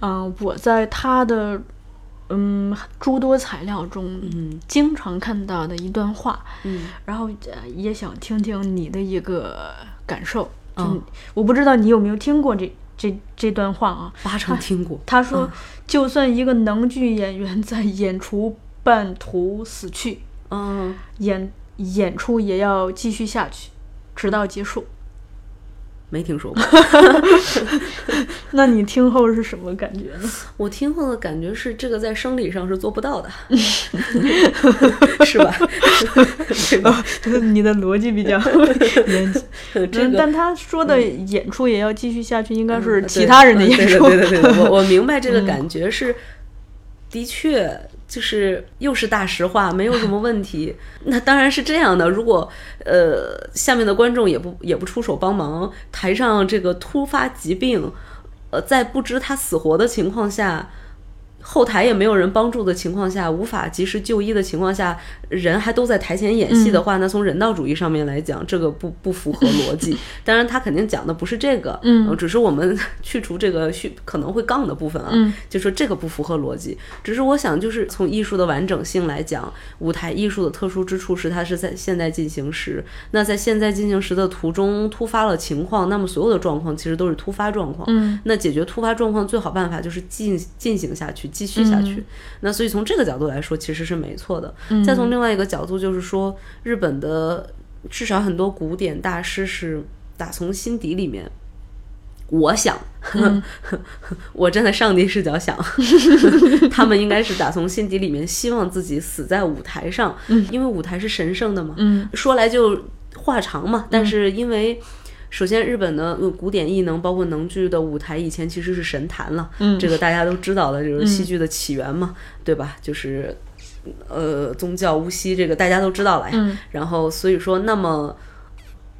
嗯、我在他的嗯诸多材料中
嗯
经常看到的一段话，
嗯
然后呃也想听听你的一个感受。就
嗯
我不知道你有没有听过这这这段话啊？
八成听过。
他说，就算一个能剧演员在演出半途死去，
嗯，
演演出也要继续下去，直到结束。
没 听说过。
那你听后是什么感觉呢？
我听后的感觉是，这个在生理上是做不到 的，是吧？对
哦
吧？
你的逻辑比 较严谨，嗯
这个
但他说的演出也要继续下去，应该是
嗯
其
对
他人的嗯
嗯
演出。
对对对 对对，我我明白这个感觉是，的确就是又是大实话，没有什么问题。 那当然是这样的，如果呃下面的观众也不也不出手帮忙，台上这个突发疾病，呃，在不知他死活的情况下。后台也没有人帮助的情况下，无法及时就医的情况下，人还都在台前演戏的话，那从人道主义上面来讲，这个不不符合逻辑。当然，他肯定讲的不是这个，嗯，只是我们 去除这个虚可能会杠的部分啊，就说这个不符合逻辑。只是我想，就是从艺术的完整性来讲，舞台艺术的特殊之处是它是在现代进行时，那在现代进行时的途中突发了情况，那么所有的状况其实都是突发状况，
嗯，
那解决突发状况最好办法就是进进行下去，继续下
嗯
去。那所以从这个角度来说，其实是没错的。再从另外一个角度，就是说日本的至少很多古典大师是打从心底里面。我想，
嗯
我站在上帝视角想， 他们应该是打从心底里面希望自己死在舞台上，因为舞台是神圣的嘛。
嗯
说来就话长嘛，但是因为。首先，日本的呃古典艺能，包括能剧的舞台，以前其实是神坛了，
嗯
这个大家都知道的，就是戏剧的起源嘛，对吧？就是呃，宗教巫师这个大家都知道了呀。
嗯
然后，所以说，那么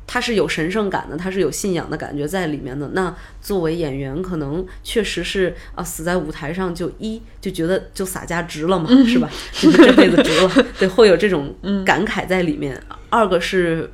它是有神圣感的，它是有信仰的感觉在里面的。那作为演员，可能确实是啊，死在舞台上就一就觉得就洒家值了嘛，
嗯
是吧？就是这辈子值了， 对，会有这种感慨在里面。二个是，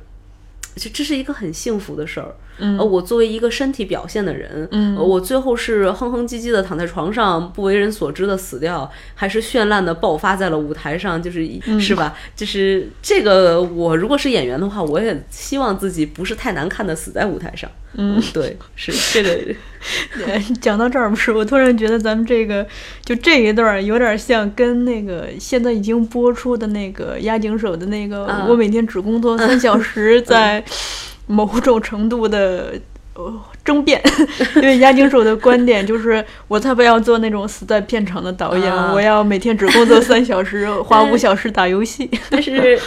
这这是一个很幸福的事儿。
嗯
呃，我作为一个身体表现的人，
嗯
呃我最后是哼哼唧唧的躺在床上，不为人所知的死掉，还是绚烂的爆发在了舞台上，就是一、
嗯
是吧？就是这个，我如果是演员的话，我也希望自己不是太难看的死在舞台上。嗯，对，是这个，
讲到这儿，不是我突然觉得咱们这个就这一段儿有点像跟那个现在已经播出的那个押井守的那个、
啊
我每天只工作三小时，
嗯
在某种程度的。呃争辩，因为押井守的观点就是，我才不要做那种死在片场的导演，
啊
我要每天只工作三小时，花五小时打游戏。
但是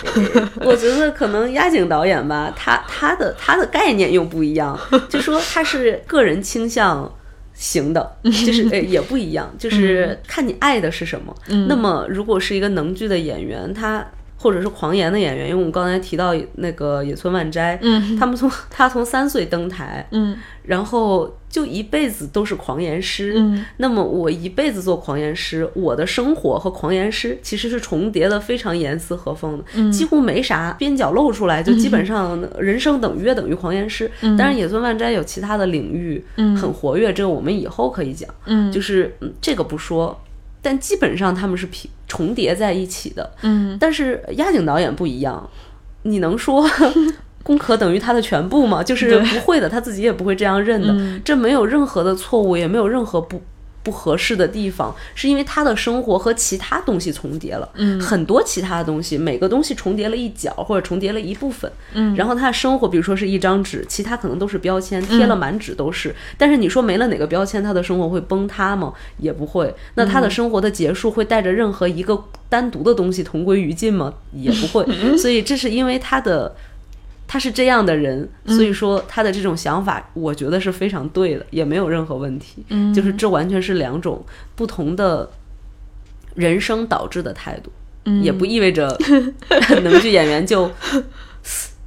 我觉得可能押井导演吧，他他的他的概念又不一样，就说他是个人倾向。型的，就是呃也不一样，
嗯
就是看你爱的是什么。那么，如果是一个能剧的演员，他或者是狂言的演员，因为我们刚才提到那个野村万斋，
嗯
他们从他从三岁登台，
嗯
然后就一辈子都是狂言师。
嗯
那么我一辈子做狂言师，我的生活和狂言师其实是重叠的，非常严丝合缝的，
嗯
几乎没啥边角露出来，就基本上人生等于约等于狂言师。
嗯
当然，野村万斋有其他的领域很活跃，这个我们以后可以讲。
嗯
就是嗯这个不说，但基本上他们是匹重叠在一起的。
嗯
但是押井导演不一样，你能说功课等于他的全部嘛，就是不会的，他自己也不会这样认的，这没有任何的错误，也没有任何不。不合适的地方，是因为他的生活和其他东西重叠了，嗯，很多其他的东西，每个东西重叠了一角或者重叠了一部分，嗯，然后他的生活，比如说是一张纸，其他可能都是标签，贴了满纸都是，但是你说没了哪个标签，他的生活会崩塌吗？也不会。那他的生活的结束会带着任何一个单独的东西同归于尽吗？也不 会。所以这是因为他的。他是这样的人，所以说他的这种想法，我觉得是非常对的，也没有任何问题。嗯，就是这完全是两种不同的人生导致的态度，也不意味 着能剧演员就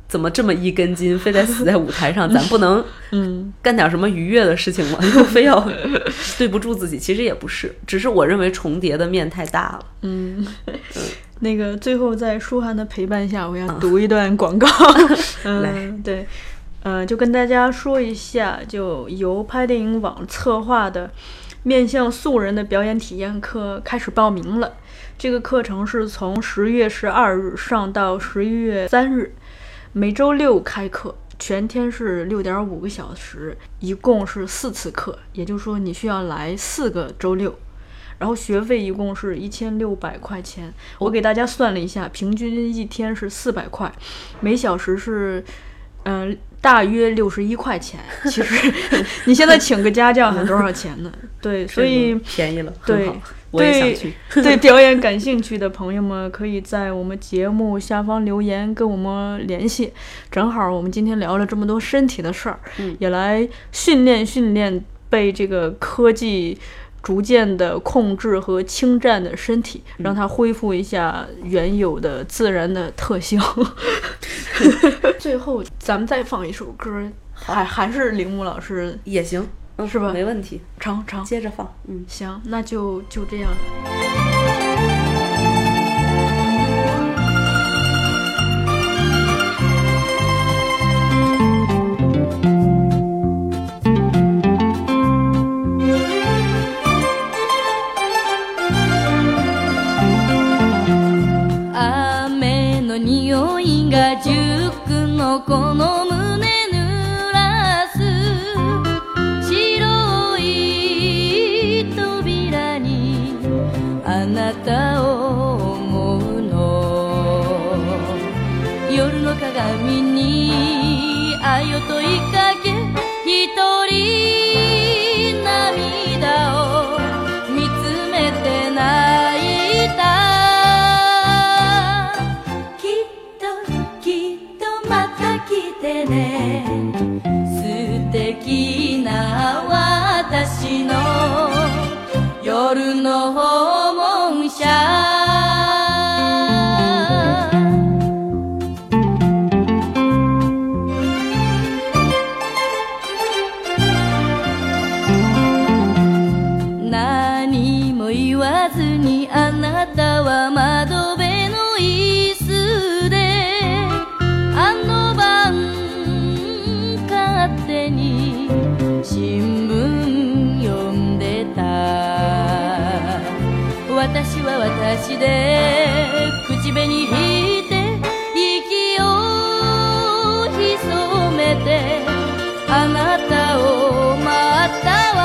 怎么这么一根筋，非得死在舞台上，咱不 能
嗯
干点什么愉悦的事情吗？又非要对不住自己，其实也不是，只是我认为重叠的面太大了。
那个最后在舒涵的陪伴下，我要
啊
读一段广 告。嗯，对，呃，就跟大家说一下，就由拍电影网策划的面向素人的表演体验课开始报名了。这个课程是从十月十二日上到十一月三日，每周六开课。全天是六点五个小时，一共是四次课，也就是说你需要来四个周六，然后学费一共是一千六百块钱，我给大家算了一下，平均一天是四百块，每小时是，嗯、大约六十一块钱。其实 你现在请个家教还多少钱呢？对，所 以
嗯便宜了，很
对
好，我也想去。
对对表演感兴趣的朋友们，可以在我们节目下方留言跟我们联系。正好我们今天聊了这么多身体的事儿，
嗯
也来训练训练被这个科技。逐渐的控制和侵占的身体，
嗯
让它恢复一下原有的自然的特 性。最后，咱们再放一首歌，还还是铃木老师
也行，嗯，
是吧
没问题，
唱唱。
接着放，嗯。
行，那就就这样。
雨の匂いが熟のこの胸濡らす白い扉にあなたを思うの夜の鏡にあよといかけ一人涙を見つめて泣いたきっときっとまた来てね素敵な私の夜の訪問者何も言わずにあなたは窓辺の椅子であの晩勝手に新聞読んでた私は私で口紅引いて息を潜めてあなたを待ったわ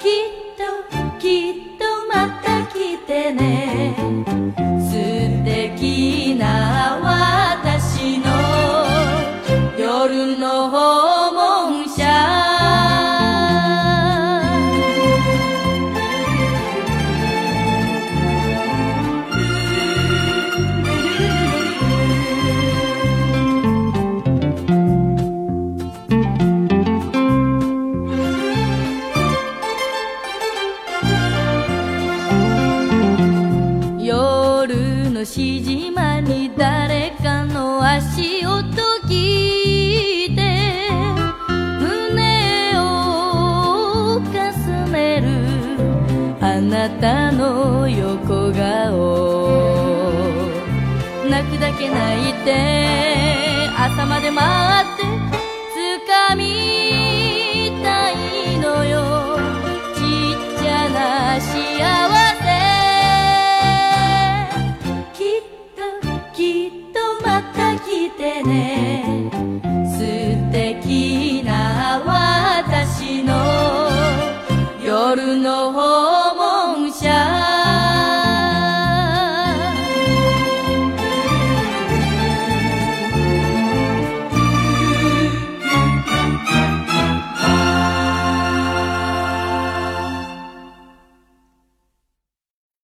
きっときっとまた来てね素敵な私の夜の訪問者夜のしじまに誰かの足音聞いて胸をかすめるあなたの横顔泣くだけ泣いて朝まで待って掴み